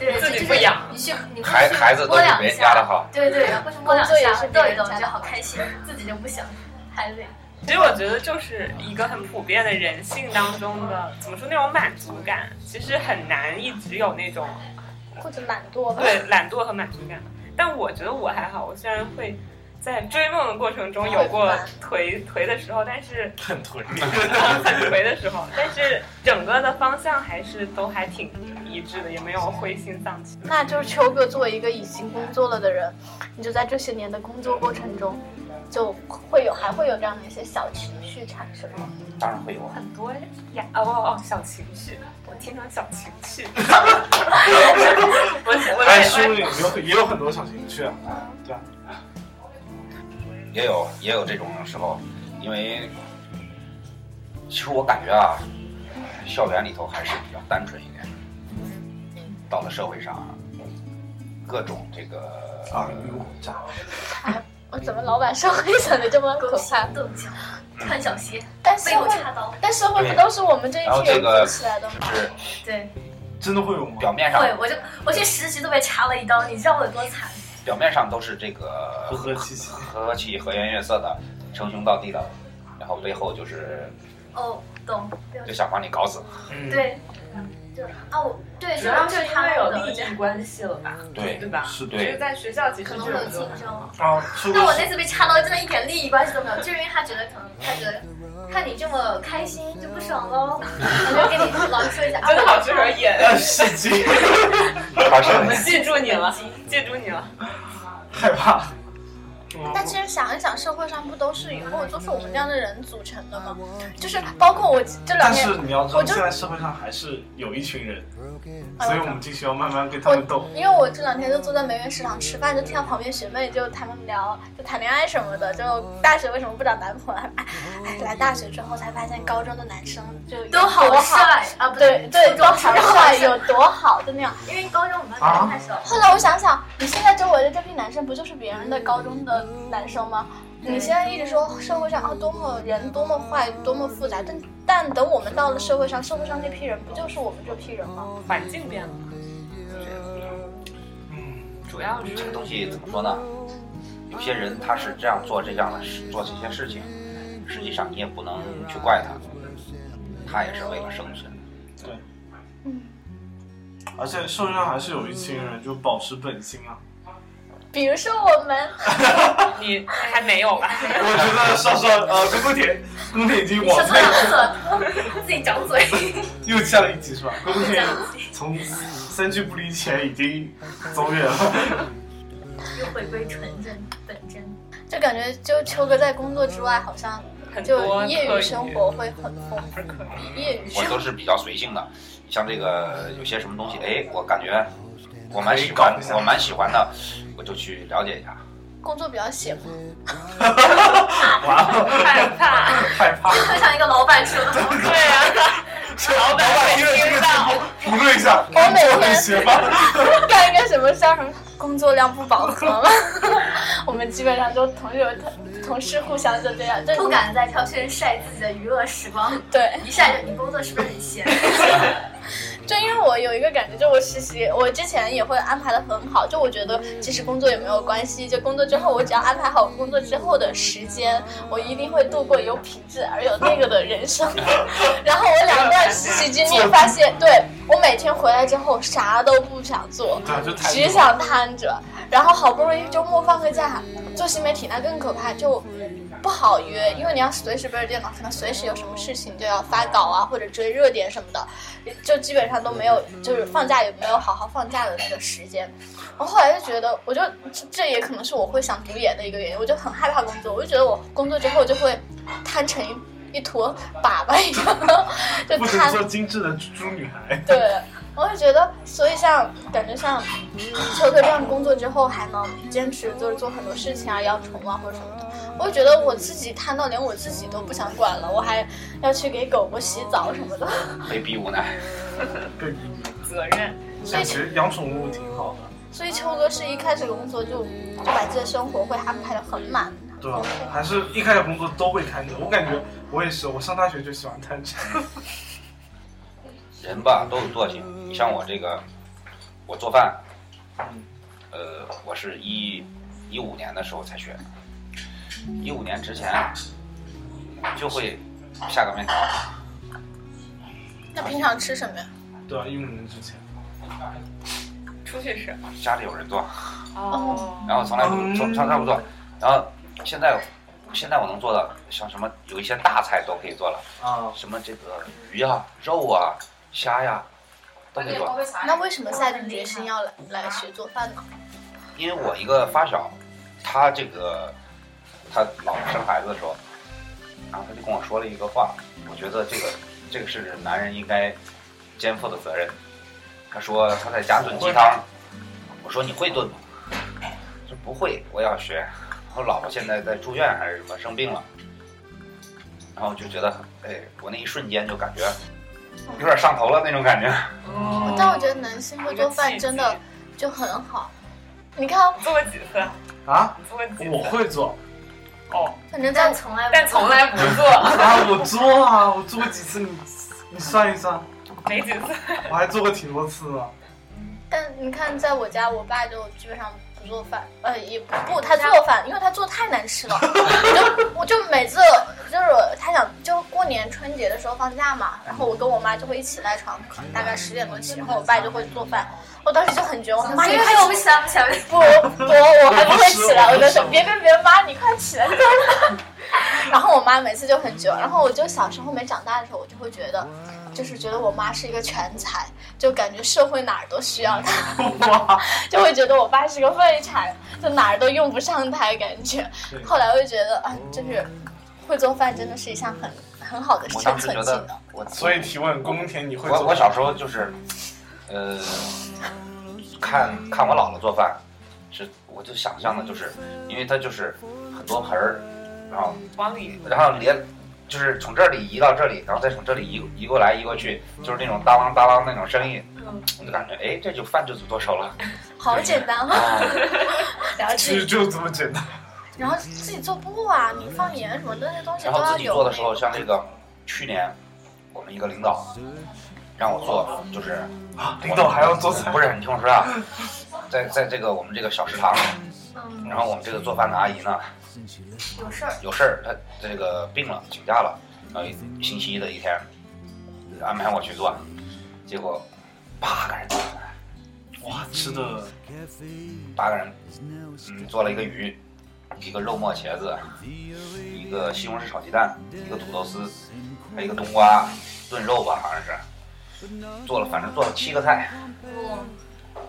Speaker 7: 对，
Speaker 1: 自己
Speaker 7: 就是
Speaker 1: 不养
Speaker 7: 你去你
Speaker 6: 孩孩子都
Speaker 7: 摸
Speaker 6: 是
Speaker 7: 两
Speaker 6: 别人
Speaker 7: 下
Speaker 6: 家的好
Speaker 7: 对对，然后去摸两
Speaker 2: 工作也
Speaker 7: 下
Speaker 2: 是，
Speaker 7: 逗
Speaker 2: 别
Speaker 7: 一
Speaker 2: 人
Speaker 7: 逗
Speaker 2: 家的
Speaker 7: 就好
Speaker 2: 好
Speaker 7: 开心，自己就不想，还累。
Speaker 1: 其实我觉得就是一个很普遍的人性当中的，怎么说那种满足感，其实很难一直有那种
Speaker 2: 或者懒惰吧。
Speaker 1: 对懒惰和满足感。但我觉得我还好，我虽然会在追梦的过程中有过颓颓的时候，但是
Speaker 5: 很颓。
Speaker 1: 很颓的时候，但是整个的方向还是都还挺一致的，也没有灰心丧气。
Speaker 2: 那就是秋哥作为一个已经工作了的人，你就在这些年的工作过程中，就会有还会有这样的一些小情绪产生吗？
Speaker 6: 当然会有啊。
Speaker 1: 很多呀，哦哦哦，小情绪，我听成小情绪， 我我
Speaker 5: 还
Speaker 1: 我
Speaker 5: 书里哎有也有很多小情绪啊，对啊，
Speaker 6: 也有也有这种时候，因为其实我感觉啊，校园里头还是比较单纯一点。到了社会上啊，各种这个
Speaker 5: 啊，鱼骨炸，
Speaker 2: 我哦怎么老板社会想的这么可
Speaker 7: 勾心
Speaker 2: 怕？
Speaker 7: 斗角，穿小鞋，
Speaker 2: 但社
Speaker 7: 背后
Speaker 2: 会，
Speaker 7: 插刀，
Speaker 2: 但社会不都是我们这一
Speaker 6: 然后
Speaker 2: 批
Speaker 6: 这
Speaker 2: 人
Speaker 6: 个
Speaker 2: 做起来的吗？
Speaker 6: 就是
Speaker 7: 对，
Speaker 5: 真的会有吗？
Speaker 6: 表面上
Speaker 7: 对我就我去实习都被插了一刀，你知道我有多惨？
Speaker 6: 表面上都是这个
Speaker 5: 和和气气
Speaker 6: 和和气和颜悦色的，称兄道弟的，然后背后就是
Speaker 7: 哦，懂，对
Speaker 6: 就想把你搞死。
Speaker 5: 嗯，
Speaker 7: 对，就是啊，我对，
Speaker 1: 主要
Speaker 7: 就是是
Speaker 1: 因
Speaker 7: 他
Speaker 1: 为
Speaker 7: 们
Speaker 1: 有
Speaker 7: 的
Speaker 1: 利益关系了吧？
Speaker 6: 对
Speaker 1: 对吧？
Speaker 5: 是的
Speaker 1: 就是在学校其实
Speaker 7: 可能
Speaker 1: 就
Speaker 7: 会有
Speaker 1: 有
Speaker 7: 竞争。
Speaker 5: 啊，说
Speaker 7: 但
Speaker 5: 过
Speaker 7: 我那次被插刀，真的一点利益关系都没有，就是因为他觉得可能他觉得看你这么开心就不爽喽，我就跟你老师说一下啊，
Speaker 1: 真的好适合演，
Speaker 5: 呃戏精，
Speaker 6: 发
Speaker 1: 我们
Speaker 6: 生
Speaker 1: 记住你了，记住你了。
Speaker 5: 害怕。嗯
Speaker 2: 但其实想一想，社会上不都是以后就是我们这样的人组成的吗？
Speaker 7: 嗯
Speaker 2: 就是包括我这两
Speaker 5: 但
Speaker 2: 年
Speaker 5: 是，你要知道，
Speaker 2: 我就
Speaker 5: 现在社会上还是有一群人，
Speaker 2: 哎
Speaker 5: 所以我们继续要慢慢跟他们斗。
Speaker 2: 因为我这两天就坐在梅园食堂吃饭，就听到旁边学妹就他们聊，就谈恋爱什么的，就大学为什么不找男朋友？哎，哎来大学之后才发现高中的男生就有多
Speaker 7: 都好
Speaker 2: 好，
Speaker 7: 帅啊，不
Speaker 2: 对对，都
Speaker 7: 都
Speaker 2: 好
Speaker 7: 好啊
Speaker 2: 帅，
Speaker 7: 帅，
Speaker 2: 有多好的那样。
Speaker 7: 因为高中我们班太瘦，
Speaker 2: 后来我想想，你现在周围的这批男生不就是别人的高中的男生吗？你现在一直说社会上啊多么人多么坏多么复杂，但但等我们到了社会上，社会上这批人不就是我们这批人吗？
Speaker 1: 环境变了，
Speaker 5: 嗯，
Speaker 1: 主要是
Speaker 6: 这个东西怎么说呢？有些人他是这样做这样的事，做这些事情，实际上你也不能去怪他，他也是为了生存。
Speaker 5: 对，
Speaker 2: 嗯，
Speaker 5: 而且社会上还是有一群人就保持本心 啊。
Speaker 2: 比如说我们，
Speaker 1: 你还没有吧？
Speaker 5: 我觉得少少呃，跟宫铁宫铁已经往
Speaker 7: 什么
Speaker 5: 内
Speaker 7: 两色，自己长嘴，
Speaker 5: 又下了一级是吧？宫铁从三句不离前已经走远了。
Speaker 7: 又回归纯真本 真。
Speaker 2: 就感觉就秋哥在工作之外，好像
Speaker 1: 很
Speaker 2: 就
Speaker 1: 多
Speaker 2: 业
Speaker 1: 课
Speaker 2: 余生活会很丰富。
Speaker 1: 而可以。
Speaker 2: 业余
Speaker 6: 我
Speaker 2: 生
Speaker 6: 都是比较随性的，像这个有些什么东西，哎，我感觉我蛮喜欢，我蛮喜欢的，我就去了解一下。
Speaker 2: 工作比较闲嘛，
Speaker 5: 完了，
Speaker 7: 哎
Speaker 1: 害怕，
Speaker 5: 害怕。
Speaker 7: 就像一个老板说的，
Speaker 1: 对啊，老板
Speaker 5: 老板听了这
Speaker 1: 会
Speaker 5: 个
Speaker 1: 听
Speaker 5: 节
Speaker 1: 到。
Speaker 5: 目，评论一下，
Speaker 2: 我每天
Speaker 5: 工作很闲吗？
Speaker 2: 干一个什么叫什么工作量不饱和嘛。 我们基本上就同事同同事互相就这样，就
Speaker 7: 不敢在朋友圈晒自己的娱乐时光，
Speaker 2: 对。
Speaker 7: 一晒就你工作是不是 很闲？
Speaker 2: 就因为我有一个感觉，就我实习，我之前也会安排的很好，就我觉得其实工作也没有关系，就工作之后我只要安排好工作之后的时间，我一定会度过有品质而有那个的人生。 然后我两段实习经历发现，对我每天回来之后啥都不想做，
Speaker 5: 对，就太
Speaker 2: 只想瘫着，然后好不容易周末放个假，做新媒体那更可怕，就不好约，因为你要随时背着电脑，可能随时有什么事情就要发稿啊，或者追热点什么的，就基本上都没有，就是放假也没有好好放假的那个时间。我后来就觉得，我就这这也可能是我会想读研的一个原因，我就很害怕工作，我就觉得我工作之后就会瘫成一一坨粑粑一样， 就
Speaker 5: 不
Speaker 2: 瘫
Speaker 5: 能说精致的猪女孩。
Speaker 2: 对，我会觉得，所以像感觉像秋哥这样工作之后，还能坚持就是做很多事情啊，养虫啊或者什么的。我会觉得我自己瘫到连我自己都不想管了，我还要去给狗狗洗澡什么的。
Speaker 6: 被逼无奈，
Speaker 5: 对，
Speaker 1: 责任，
Speaker 5: 但其实养宠物挺好的，
Speaker 2: 所以秋哥是一开始工作就就把自己的生活会安排的很满。
Speaker 5: 对吧？还是一开始工作都会看着，我感觉我也是，我上大学就喜欢贪吃。
Speaker 6: 人吧都有惰性。你像我这个，我做饭，呃，我是一一五年的时候才学，一五年之前就会下个面条，
Speaker 2: 那平常吃什么呀？
Speaker 5: 对啊，一五年之前，
Speaker 1: 出去吃。
Speaker 6: 家里有人做，
Speaker 1: 哦，
Speaker 6: 然后从来不从从来不做，然后现在现在我能做的像什么有一些大菜都可以做了，
Speaker 5: 啊，
Speaker 6: 什么这个鱼呀、肉啊、虾呀、都可以做。
Speaker 2: 那为什么下定决心要来来学做饭呢？
Speaker 6: 因为我一个发小，他这个她老生孩子的时候，然后她就跟我说了一个话，我觉得这个这个是男人应该肩负的责任。她说她在家炖鸡汤，我说你会炖吗？她说不会，我要学。我老婆现在在住院还是什么生病了，然后我就觉得，哎，我那一瞬间就感觉有点上头了那种感觉。
Speaker 1: 嗯
Speaker 2: 但我觉得男性会做饭真的就很好。你看，哦
Speaker 1: 做过几次？
Speaker 5: 啊，
Speaker 1: 你做过几次？
Speaker 5: 我会做
Speaker 1: 哦，
Speaker 2: 反正在
Speaker 7: 但从来不
Speaker 1: 但从来不做，
Speaker 5: 啊，我做啊，我做过几次，你你算一算，
Speaker 1: 没几次。
Speaker 5: 我还做过挺多次的。
Speaker 2: 但你看，在我家，我爸就基本上不做饭，呃，也不不他做饭，因为他做太难吃 了。就我就每次就是他想就过年春节的时候放假嘛，然后我跟我妈就会一起赖床，可能大概十点多起，然后我爸就会做饭。我当时就很绝望，妈你
Speaker 7: 因
Speaker 2: 快
Speaker 7: 为
Speaker 2: 起
Speaker 7: 我不想不想
Speaker 2: 不，我我还不会起来，
Speaker 5: 我
Speaker 2: 我
Speaker 5: 不
Speaker 2: 就
Speaker 5: 吃
Speaker 2: 说别别别，妈，你快起来。 然后我妈每次就很久，然后我就小时候没长大的时候，我就会觉得，就是觉得我妈是一个全才，就感觉社会哪儿都需要她，
Speaker 5: 哇，
Speaker 2: 就会觉得我爸是个废柴，就哪儿都用不上他感觉。
Speaker 5: 对
Speaker 2: 后来我就觉得，啊，就是会做饭真的是一项很很好的
Speaker 6: 我
Speaker 2: 生
Speaker 6: 当时
Speaker 2: 存
Speaker 6: 觉
Speaker 2: 技
Speaker 6: 得
Speaker 2: 能。
Speaker 6: 我，
Speaker 5: 所以提问，宫田你会
Speaker 6: 我
Speaker 5: 做？
Speaker 6: 我小时候就是，呃，看看我姥姥做饭，是我就想象的就是，因为她就是很多盆儿，然后
Speaker 1: 往里
Speaker 6: 然后连就是从这里移到这里，然后再从这里移移过来移过去，就是那种当啷当啷那种声音，
Speaker 1: 嗯
Speaker 6: 我就感觉哎，这就饭就做熟了。
Speaker 2: 好简单哈、
Speaker 6: 啊
Speaker 2: 然后自
Speaker 5: 其实
Speaker 2: 己
Speaker 5: 就这么简单。
Speaker 2: 然后自己做布啊，米放盐什么的那些东西
Speaker 6: 然
Speaker 2: 都
Speaker 6: 后
Speaker 2: 要
Speaker 6: 自己
Speaker 2: 有。
Speaker 6: 做的时候，像这个去年我们一个领导让我做，就是
Speaker 5: 啊， 领导还要做菜，
Speaker 6: 不是你听我说啊，在在这个我们这个小食堂，然后我们这个做饭的阿姨呢
Speaker 7: 有事儿，
Speaker 6: 有事儿，她这个病了请假了，然后星期一的一天安排我去做，结果八个人
Speaker 5: 哇，吃的
Speaker 6: 八个人，嗯，做了一个鱼，一个肉末茄子，一个西红柿炒鸡蛋，一个土豆丝，还有一个冬瓜炖肉吧，好像是，做了反正做了七个菜，
Speaker 7: 我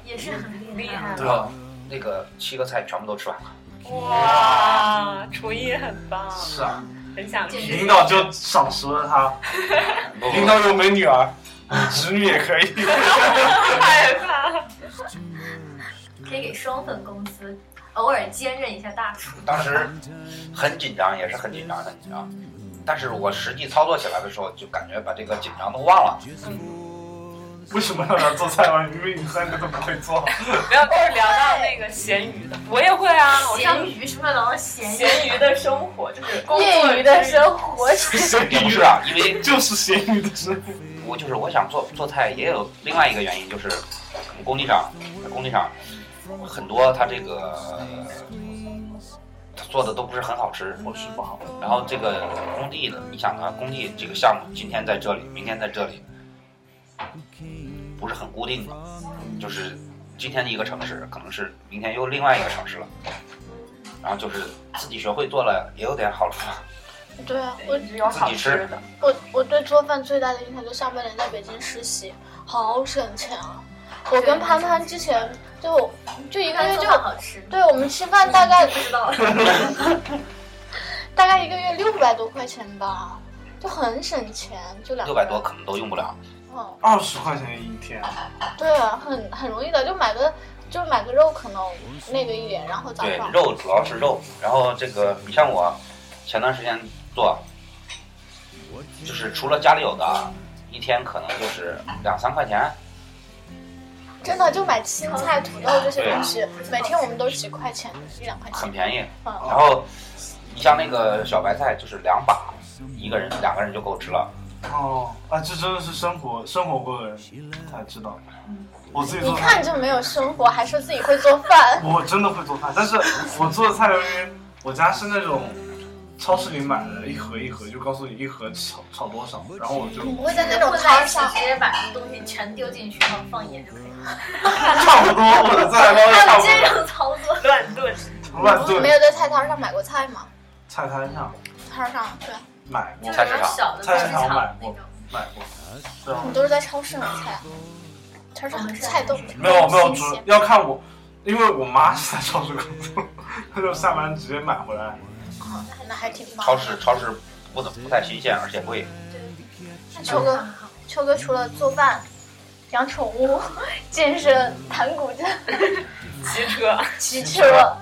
Speaker 7: 也是很厉害
Speaker 5: 对
Speaker 7: 的。
Speaker 6: 啊
Speaker 5: 吧？
Speaker 6: 那个七个菜全部都吃完了。
Speaker 1: 哇，厨艺很棒，
Speaker 5: 是啊，
Speaker 1: 很想
Speaker 7: 简
Speaker 1: 吃。
Speaker 5: 领导就赏识了他。
Speaker 6: 不
Speaker 5: 领导有美女儿， 侄女也可以。
Speaker 1: 害怕。
Speaker 7: 可以给双份工资，偶尔兼任一下大厨。
Speaker 6: 当时很紧张，也是很紧张，很紧张。但是我实际操作起来的时候，就感觉把这个紧张都忘了。
Speaker 5: 为什么要他做菜吗？因为你三个都不会做。
Speaker 1: 没有，就是聊到那个咸鱼的，我也会啊，我上
Speaker 7: 咸鱼什么聊到咸鱼，
Speaker 1: 咸鱼的生活就是工作
Speaker 2: 业余的生活，
Speaker 6: 也不是啊，因为
Speaker 5: 就是咸鱼的师傅。
Speaker 6: 我就是我想做做菜，也有另外一个原因，就是我们工地上，在工地上很多他这个他做的都不是很好吃，伙食不好。然后这个工地的，你想啊，工地这个项目今天在这里，明天在这里，不是很固定的，就是今天的一个城市，可能是明天又另外一个城市了。然后就是自己学会做了，也有点好处。
Speaker 2: 对啊，我
Speaker 1: 只有好吃的，
Speaker 2: 我我对做饭最大的影响就上半年在北京实习，好省钱啊！我跟潘潘之前就就一
Speaker 7: 一
Speaker 2: 个
Speaker 7: 般
Speaker 2: 月
Speaker 7: 做
Speaker 2: 就
Speaker 7: 饭好吃，
Speaker 2: 对我们吃饭大 概
Speaker 7: 不知道。
Speaker 2: 大概一个月六百多块钱吧，就很省钱，就两
Speaker 6: 六百多。可能都用不了。
Speaker 2: 嗯，
Speaker 5: 二十块钱一天，
Speaker 2: 对啊，很很容易的，就买个就买个肉可能那个一点，然后早
Speaker 6: 对
Speaker 2: 上，
Speaker 6: 肉主要是肉，然后这个你像我前段时间做，就是除了家里有的啊，一天可能就是两三块钱，
Speaker 2: 真的就买青菜、土豆这些东西，每天我们都几块钱，一两块
Speaker 6: 啊很
Speaker 2: 钱。
Speaker 6: 便宜。
Speaker 2: 嗯，
Speaker 6: 然后你像那个小白菜，就是两把，一个人两个人就够吃了。
Speaker 5: 哦，啊，这真的是生活生活过的人才知道。我自己
Speaker 2: 一
Speaker 5: 做
Speaker 2: 看
Speaker 5: 饭，
Speaker 2: 就没有生活，还说自己会做饭。
Speaker 5: 我真的会做饭，但 是我做的菜由于我家是那种超市里买的，一盒一盒就告诉你一盒炒炒多少，然后我就
Speaker 2: 你会在那种
Speaker 7: 混
Speaker 2: 超
Speaker 7: 在一
Speaker 2: 市
Speaker 7: 起， 直接把东西全丢进去，然后放盐就可以了。
Speaker 5: 差不多我的菜包
Speaker 7: 还
Speaker 5: 差
Speaker 7: 有这
Speaker 5: 不
Speaker 7: 种操作，
Speaker 1: 乱炖。
Speaker 5: 多乱
Speaker 2: 没
Speaker 5: 炖，
Speaker 2: 有在菜摊上买过菜吗？
Speaker 5: 菜摊上
Speaker 2: 摊上对，啊
Speaker 5: 买过
Speaker 7: 就是
Speaker 6: 菜
Speaker 7: 那
Speaker 6: 市场
Speaker 7: 种小的
Speaker 5: 菜市
Speaker 7: 市
Speaker 5: 场
Speaker 7: 场
Speaker 5: 买
Speaker 7: 那
Speaker 5: 过
Speaker 7: 种。
Speaker 5: 买过，对啊
Speaker 2: 你都是在超市买菜啊，摊
Speaker 7: 我
Speaker 2: 上
Speaker 7: 们是
Speaker 2: 菜都
Speaker 5: 没有没有，
Speaker 2: 新
Speaker 5: 主
Speaker 2: 鲜
Speaker 5: 要看我，因为我妈是在超市工作，她就下班直接买回来。
Speaker 2: 啊那还挺棒的。
Speaker 6: 超市超市不怎不太新鲜，而且贵。
Speaker 2: 那秋哥，
Speaker 7: 嗯
Speaker 2: 秋哥除了做饭、养宠物、健身、弹古筝、
Speaker 1: 骑车，
Speaker 2: 骑车，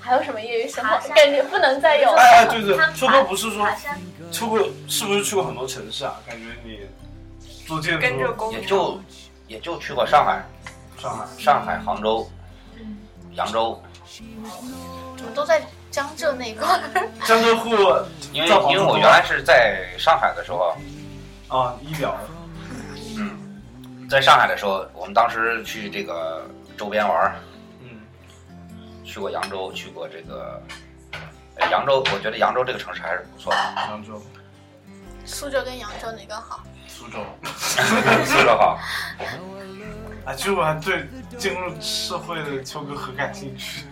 Speaker 2: 还有什么业余生活
Speaker 7: 爬？山
Speaker 2: 感觉不能再有了。
Speaker 5: 哎哎，对对
Speaker 7: 他，们
Speaker 5: 秋哥不是说
Speaker 7: 爬山
Speaker 5: 秋哥是不是去过很多城市啊？感觉你做建
Speaker 1: 跟着
Speaker 5: 筑，
Speaker 1: 公
Speaker 6: 也
Speaker 1: 交
Speaker 6: 就也就去过上海、
Speaker 5: 上海
Speaker 6: 上海、杭州、
Speaker 2: 嗯
Speaker 6: 扬州，
Speaker 2: 怎么都在江浙那一块？
Speaker 5: 江浙沪
Speaker 6: 因为
Speaker 5: 造房
Speaker 6: 因为
Speaker 5: 子
Speaker 6: 我
Speaker 5: 多
Speaker 6: 原来是在上海的时候，
Speaker 5: 啊，医疗
Speaker 6: 嗯，在上海的时候，我们当时去这个周边玩儿，
Speaker 5: 嗯
Speaker 6: 去过扬州，去过这个。呃扬州，我觉得扬州这个城市还是不错的，
Speaker 5: 扬州
Speaker 2: 苏州跟扬州哪个好？
Speaker 5: 苏州
Speaker 6: 是的哈。
Speaker 5: 啊，其实我还对进入社会的秋哥很感兴趣。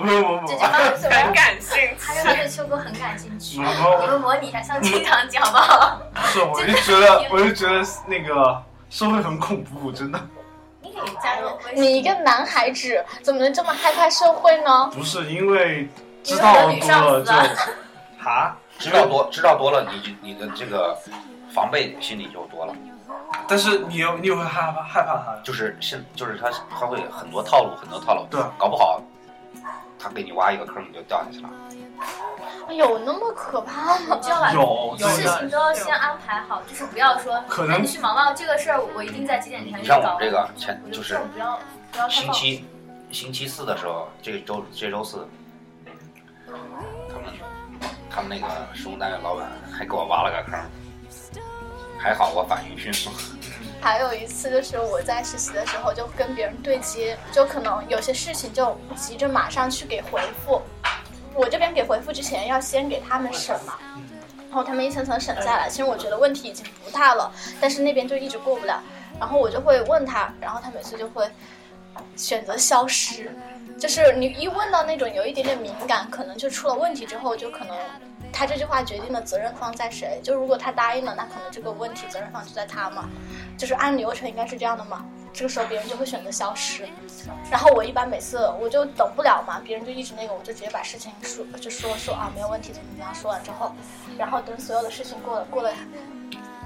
Speaker 5: 没有没有没
Speaker 7: 这
Speaker 5: 有
Speaker 7: 句，话是什
Speaker 1: 很
Speaker 7: 么？
Speaker 1: 感兴
Speaker 7: 他说他
Speaker 1: 趣。
Speaker 7: 对秋哥很感兴趣，
Speaker 5: 我
Speaker 7: 我们模拟一下，像经常讲好不好？
Speaker 5: 不是，我就觉得我就觉得那个社会很恐怖，真的
Speaker 7: 你可以加入微信，
Speaker 2: 你一个男孩子怎么能这么害怕社会呢？
Speaker 5: 不是因为知道
Speaker 7: 因为有女
Speaker 5: 多
Speaker 7: 上
Speaker 5: 了
Speaker 7: 司啊
Speaker 5: 就啊，
Speaker 6: 知道多知道多了，你就你的这个防备心理就多了，
Speaker 5: 但是你又你又会害怕害怕他呀。
Speaker 6: 就是现就是他他会很多套路，很多套路，
Speaker 5: 对
Speaker 6: 搞不好他给你挖一个坑，你就掉下去了。
Speaker 2: 有哎那么可怕吗？
Speaker 7: 就要把
Speaker 5: 有
Speaker 1: 有
Speaker 5: 真
Speaker 7: 事
Speaker 5: 的
Speaker 7: 情都要先安排好，就是不要说
Speaker 5: 可能
Speaker 7: 哎你去忙忙这个事儿，我一定在几点前
Speaker 6: 你
Speaker 7: 去
Speaker 6: 像
Speaker 7: 搞
Speaker 6: 我们这
Speaker 7: 完。
Speaker 6: 个前就
Speaker 7: 我
Speaker 6: 是
Speaker 7: 这种不要不要太
Speaker 6: 星
Speaker 7: 暴躁。
Speaker 6: 期星期四的时候，这周这周四，他们他们那个食物单位老板还给我挖了个坑，还好我反应迅速。
Speaker 2: 还有一次就是我在实习的时候，就跟别人对接，就可能有些事情就急着马上去给回复。我这边给回复之前要先给他们审嘛，然后他们一层层审下来，其实我觉得问题已经不大了，但是那边就一直过不了，然后我就会问他，然后他每次就会选择消失，就是你一问到那种有一点点敏感，可能就出了问题之后，就可能他这句话决定了责任方在谁，就如果他答应了，那可能这个问题责任方就在他嘛，就是按流程应该是这样的嘛。这个时候别人就会选择消失，然后我一般每次我就等不了嘛，别人就一直那个，我就直接把事情说就说说啊没有问题怎么怎么样，说完之后，然后等所有的事情过了过了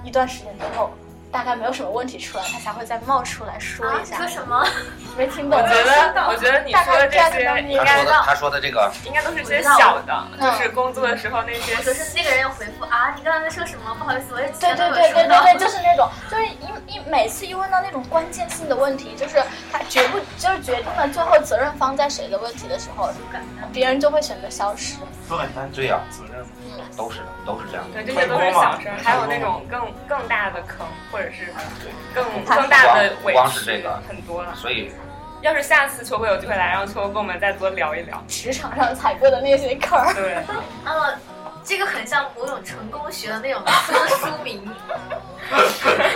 Speaker 2: 一段时间之后，大概没有什么问题出来，他才会再冒出来说
Speaker 7: 啊，
Speaker 2: 一
Speaker 7: 你
Speaker 2: 下。
Speaker 7: 说什么？
Speaker 2: 没听懂
Speaker 1: 我？觉得，我觉得你
Speaker 2: 大
Speaker 1: 说
Speaker 2: 概
Speaker 1: 的
Speaker 2: 这
Speaker 1: 这
Speaker 2: 样就能
Speaker 1: 些
Speaker 2: 明
Speaker 1: 应
Speaker 6: 他
Speaker 1: 该
Speaker 6: 说
Speaker 2: 白
Speaker 6: 的
Speaker 2: 到
Speaker 6: 他说的这个
Speaker 1: 应该都是些小的，就是工作的时候那些
Speaker 7: 我说是那个人又回复啊，你刚才说什么？不好意思，我也
Speaker 2: 对
Speaker 7: 前
Speaker 2: 对
Speaker 7: 面
Speaker 2: 对对对
Speaker 7: 有说到
Speaker 2: 对，就是那种，就是一一每次一问到那种关键性的问题，就是他决不就是决定了最后责任方在谁的问题的时候，别人就会选择消失。
Speaker 5: 都很担
Speaker 6: 对呀、
Speaker 5: 责任。
Speaker 6: 都是的，都是这样的。
Speaker 1: 对，这些都是
Speaker 5: 啊
Speaker 1: 小事儿，还有那种更更大的坑，或者是更
Speaker 2: 他
Speaker 1: 更大的委屈，很多了。
Speaker 6: 所以
Speaker 1: 要是下次秋哥有机会来，让秋哥跟我们再多聊一聊。
Speaker 2: 职场上踩过的那些坑儿，
Speaker 1: 对，
Speaker 7: 啊，这个很像某种成功学的那种书 名，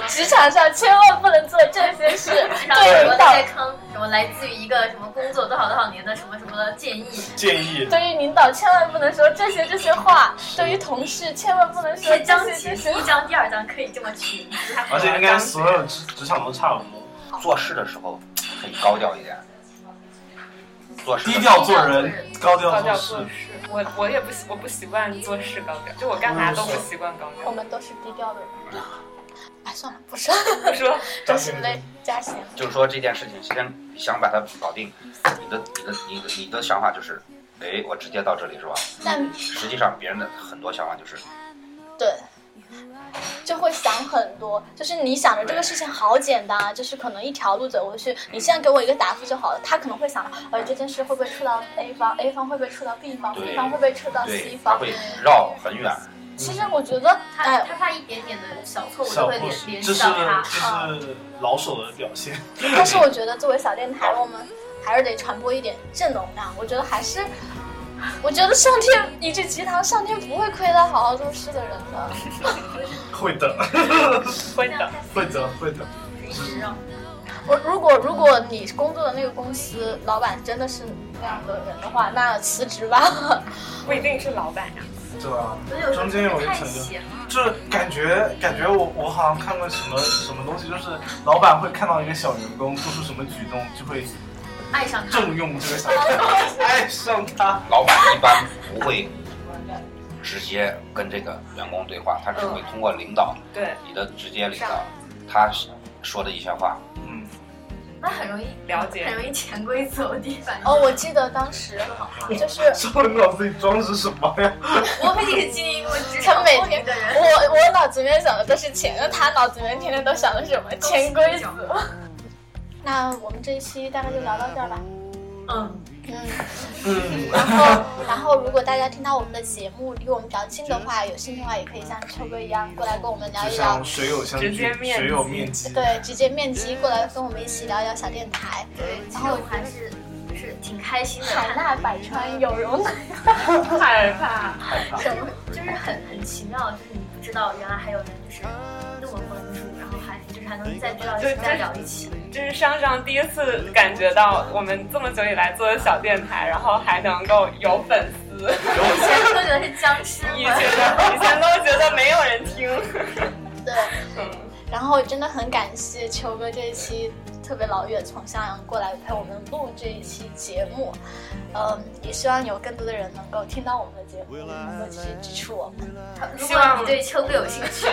Speaker 2: 职场上千万不能做这些事。
Speaker 7: 然后什
Speaker 2: 对
Speaker 7: 么
Speaker 2: 领导，
Speaker 7: 在坑，什么来自于一个什么工作多少多少年的什么什么的建议，
Speaker 5: 建议
Speaker 2: 对于领导千万不能说这些这些话，对于同事千万不能说
Speaker 7: 这章
Speaker 2: 这些
Speaker 7: 其
Speaker 2: 这
Speaker 7: 实
Speaker 2: 些
Speaker 7: 一章第二章可以这么取，
Speaker 5: 而且应该所有职职场都差不多，
Speaker 6: 做事的时候可以高调一点，做事的
Speaker 5: 低调做人，高调
Speaker 1: 高调
Speaker 5: 做
Speaker 1: 做
Speaker 5: 事。
Speaker 1: 事，我我也不习我不习惯做事高调，就我干嘛都不习惯高
Speaker 2: 我
Speaker 1: 调。
Speaker 2: 们都是低调的人。哎，算了，不说，
Speaker 1: 我说
Speaker 2: 真是累，加薪。
Speaker 6: 就是说这件事情，先想把它搞定，你的你的你的你的想法就是，哎，我直接到这里是吧？
Speaker 2: 但
Speaker 6: 实际上别人的很多想法就是，
Speaker 2: 对，就会想很多。就是你想着这个事情好简单啊，就是可能一条路走过去，你现在给我一个答复就好了。他可能会想，呃，这件事会不会触到 A 方，A 方会不会触到 B 方
Speaker 6: 对
Speaker 2: ，B 方会不会触到 C
Speaker 6: 对，他
Speaker 2: 方？
Speaker 6: 会绕很远，
Speaker 2: 其实我觉得，
Speaker 7: 他
Speaker 2: 哎，
Speaker 7: 他怕一点点的小错误
Speaker 5: 小
Speaker 7: 就会
Speaker 5: 故
Speaker 7: 联
Speaker 5: 事，
Speaker 7: 联
Speaker 5: 这
Speaker 7: 系
Speaker 5: 是
Speaker 7: 到他
Speaker 5: 这。是老手的表现。
Speaker 2: 但是我觉得作为小电台，我们还是得传播一点正能量。我觉得还是。我觉得上天一句鸡汤，上天不会亏待好好做事的人的。
Speaker 5: 会的，
Speaker 1: 会的，
Speaker 5: 会的，会的。
Speaker 7: 一直让
Speaker 2: 我如果如果你工作的那个公司老板真的是那样的人的话，那辞职吧。
Speaker 1: 不一定是老板啊呀。
Speaker 5: 对吧？
Speaker 7: 所以有时候
Speaker 5: 中间有一
Speaker 7: 太
Speaker 5: 层就
Speaker 7: 闲了，
Speaker 5: 就是感觉感觉我我好像看过什么什么东西，就是老板会看到一个小员工做出什么举动，就会
Speaker 7: 爱上他。
Speaker 5: 重用这个小员工，爱上他。
Speaker 6: 老板一般不会直接跟这个员工对话，他只
Speaker 2: 嗯
Speaker 6: 会通过领导，
Speaker 1: 对，
Speaker 6: 你的直接领
Speaker 7: 是
Speaker 6: 导
Speaker 7: 啊，
Speaker 6: 他说的一些话，
Speaker 5: 嗯，
Speaker 7: 那很容易
Speaker 1: 了解
Speaker 7: 很容易潜规则地反正
Speaker 2: 哦，我记得当 时 就是
Speaker 5: 说了你脑子里装的是什么呀？
Speaker 7: 我不仅经历过职场
Speaker 2: 每
Speaker 7: 风
Speaker 2: 天
Speaker 7: 云的人，
Speaker 2: 我我脑子里面想的都是钱，那他脑子里面天天都想的什么潜规则。那我们这一期大概就聊到这儿吧。
Speaker 7: 嗯，
Speaker 2: 嗯。
Speaker 5: 嗯，
Speaker 2: 然后，然后如果大家听到我们的节目离我们比较近的话，有兴趣的话也可以像秋哥一样过来跟我们聊
Speaker 5: 就
Speaker 2: 一聊
Speaker 5: 像。水友相
Speaker 1: 直接
Speaker 5: 聚，
Speaker 1: 面
Speaker 5: 水友
Speaker 1: 基
Speaker 5: 面基，
Speaker 2: 对，直接面基过来跟我们一起聊一聊小电台。
Speaker 7: 对，其实我还是就是挺开心的，
Speaker 2: 海纳百川，有容
Speaker 1: 害
Speaker 2: 乃
Speaker 1: 怕。
Speaker 7: 什么就是很很奇妙，就是你不知道原来还有人就是那么关注，然后还就是还能再知道
Speaker 1: 对
Speaker 7: 再聊一期，
Speaker 1: 就是上上第一次感觉到我们这么久以来做的小电台，然后还能够有粉丝，
Speaker 7: 以前都觉得是僵尸
Speaker 1: 以
Speaker 7: 们。
Speaker 1: 前都以前都觉得没有人听，嗯
Speaker 2: 对。然后真的很感谢秋哥这一期特别老远从襄阳过来陪我们录这一期节目，嗯，也希望有更多的人能够听到我们的节目，能够继续支持我们。
Speaker 7: 如果你对秋哥有兴趣，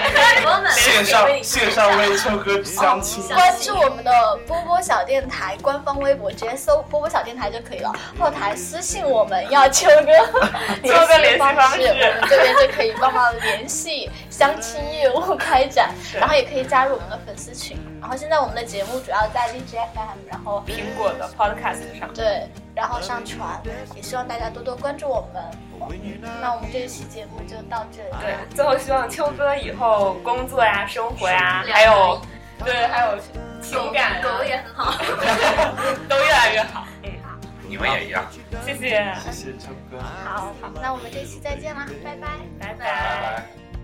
Speaker 7: 我们
Speaker 5: 线上线上为秋哥相亲，
Speaker 7: 哦
Speaker 2: 关注我们的波波小电台官方微博，直接搜波波小电台就可以了。后台私信我们要秋哥
Speaker 1: 秋哥联系
Speaker 2: 方
Speaker 1: 方 式
Speaker 2: 我们这边就可以帮忙联系相亲业务开展，
Speaker 1: 对
Speaker 2: 然后也可以加入我们的粉丝群。然后现在我们的节目主要在荔枝 FM，然后
Speaker 1: 苹果的 Podcast 上，
Speaker 2: 对，然后上传，也希望大家多多关注我们。那我们这一期节目就到这里了，
Speaker 1: 对，最后希望秋哥以后工作呀、生活呀，还有对还有情感
Speaker 7: 狗
Speaker 1: 啊
Speaker 7: 也很好。
Speaker 1: 都越来越好。嗯，
Speaker 6: 你们也一样。
Speaker 1: 谢谢，
Speaker 5: 谢谢秋哥。
Speaker 2: 好，那我们这期再见啦，拜拜。
Speaker 1: 拜拜
Speaker 6: 拜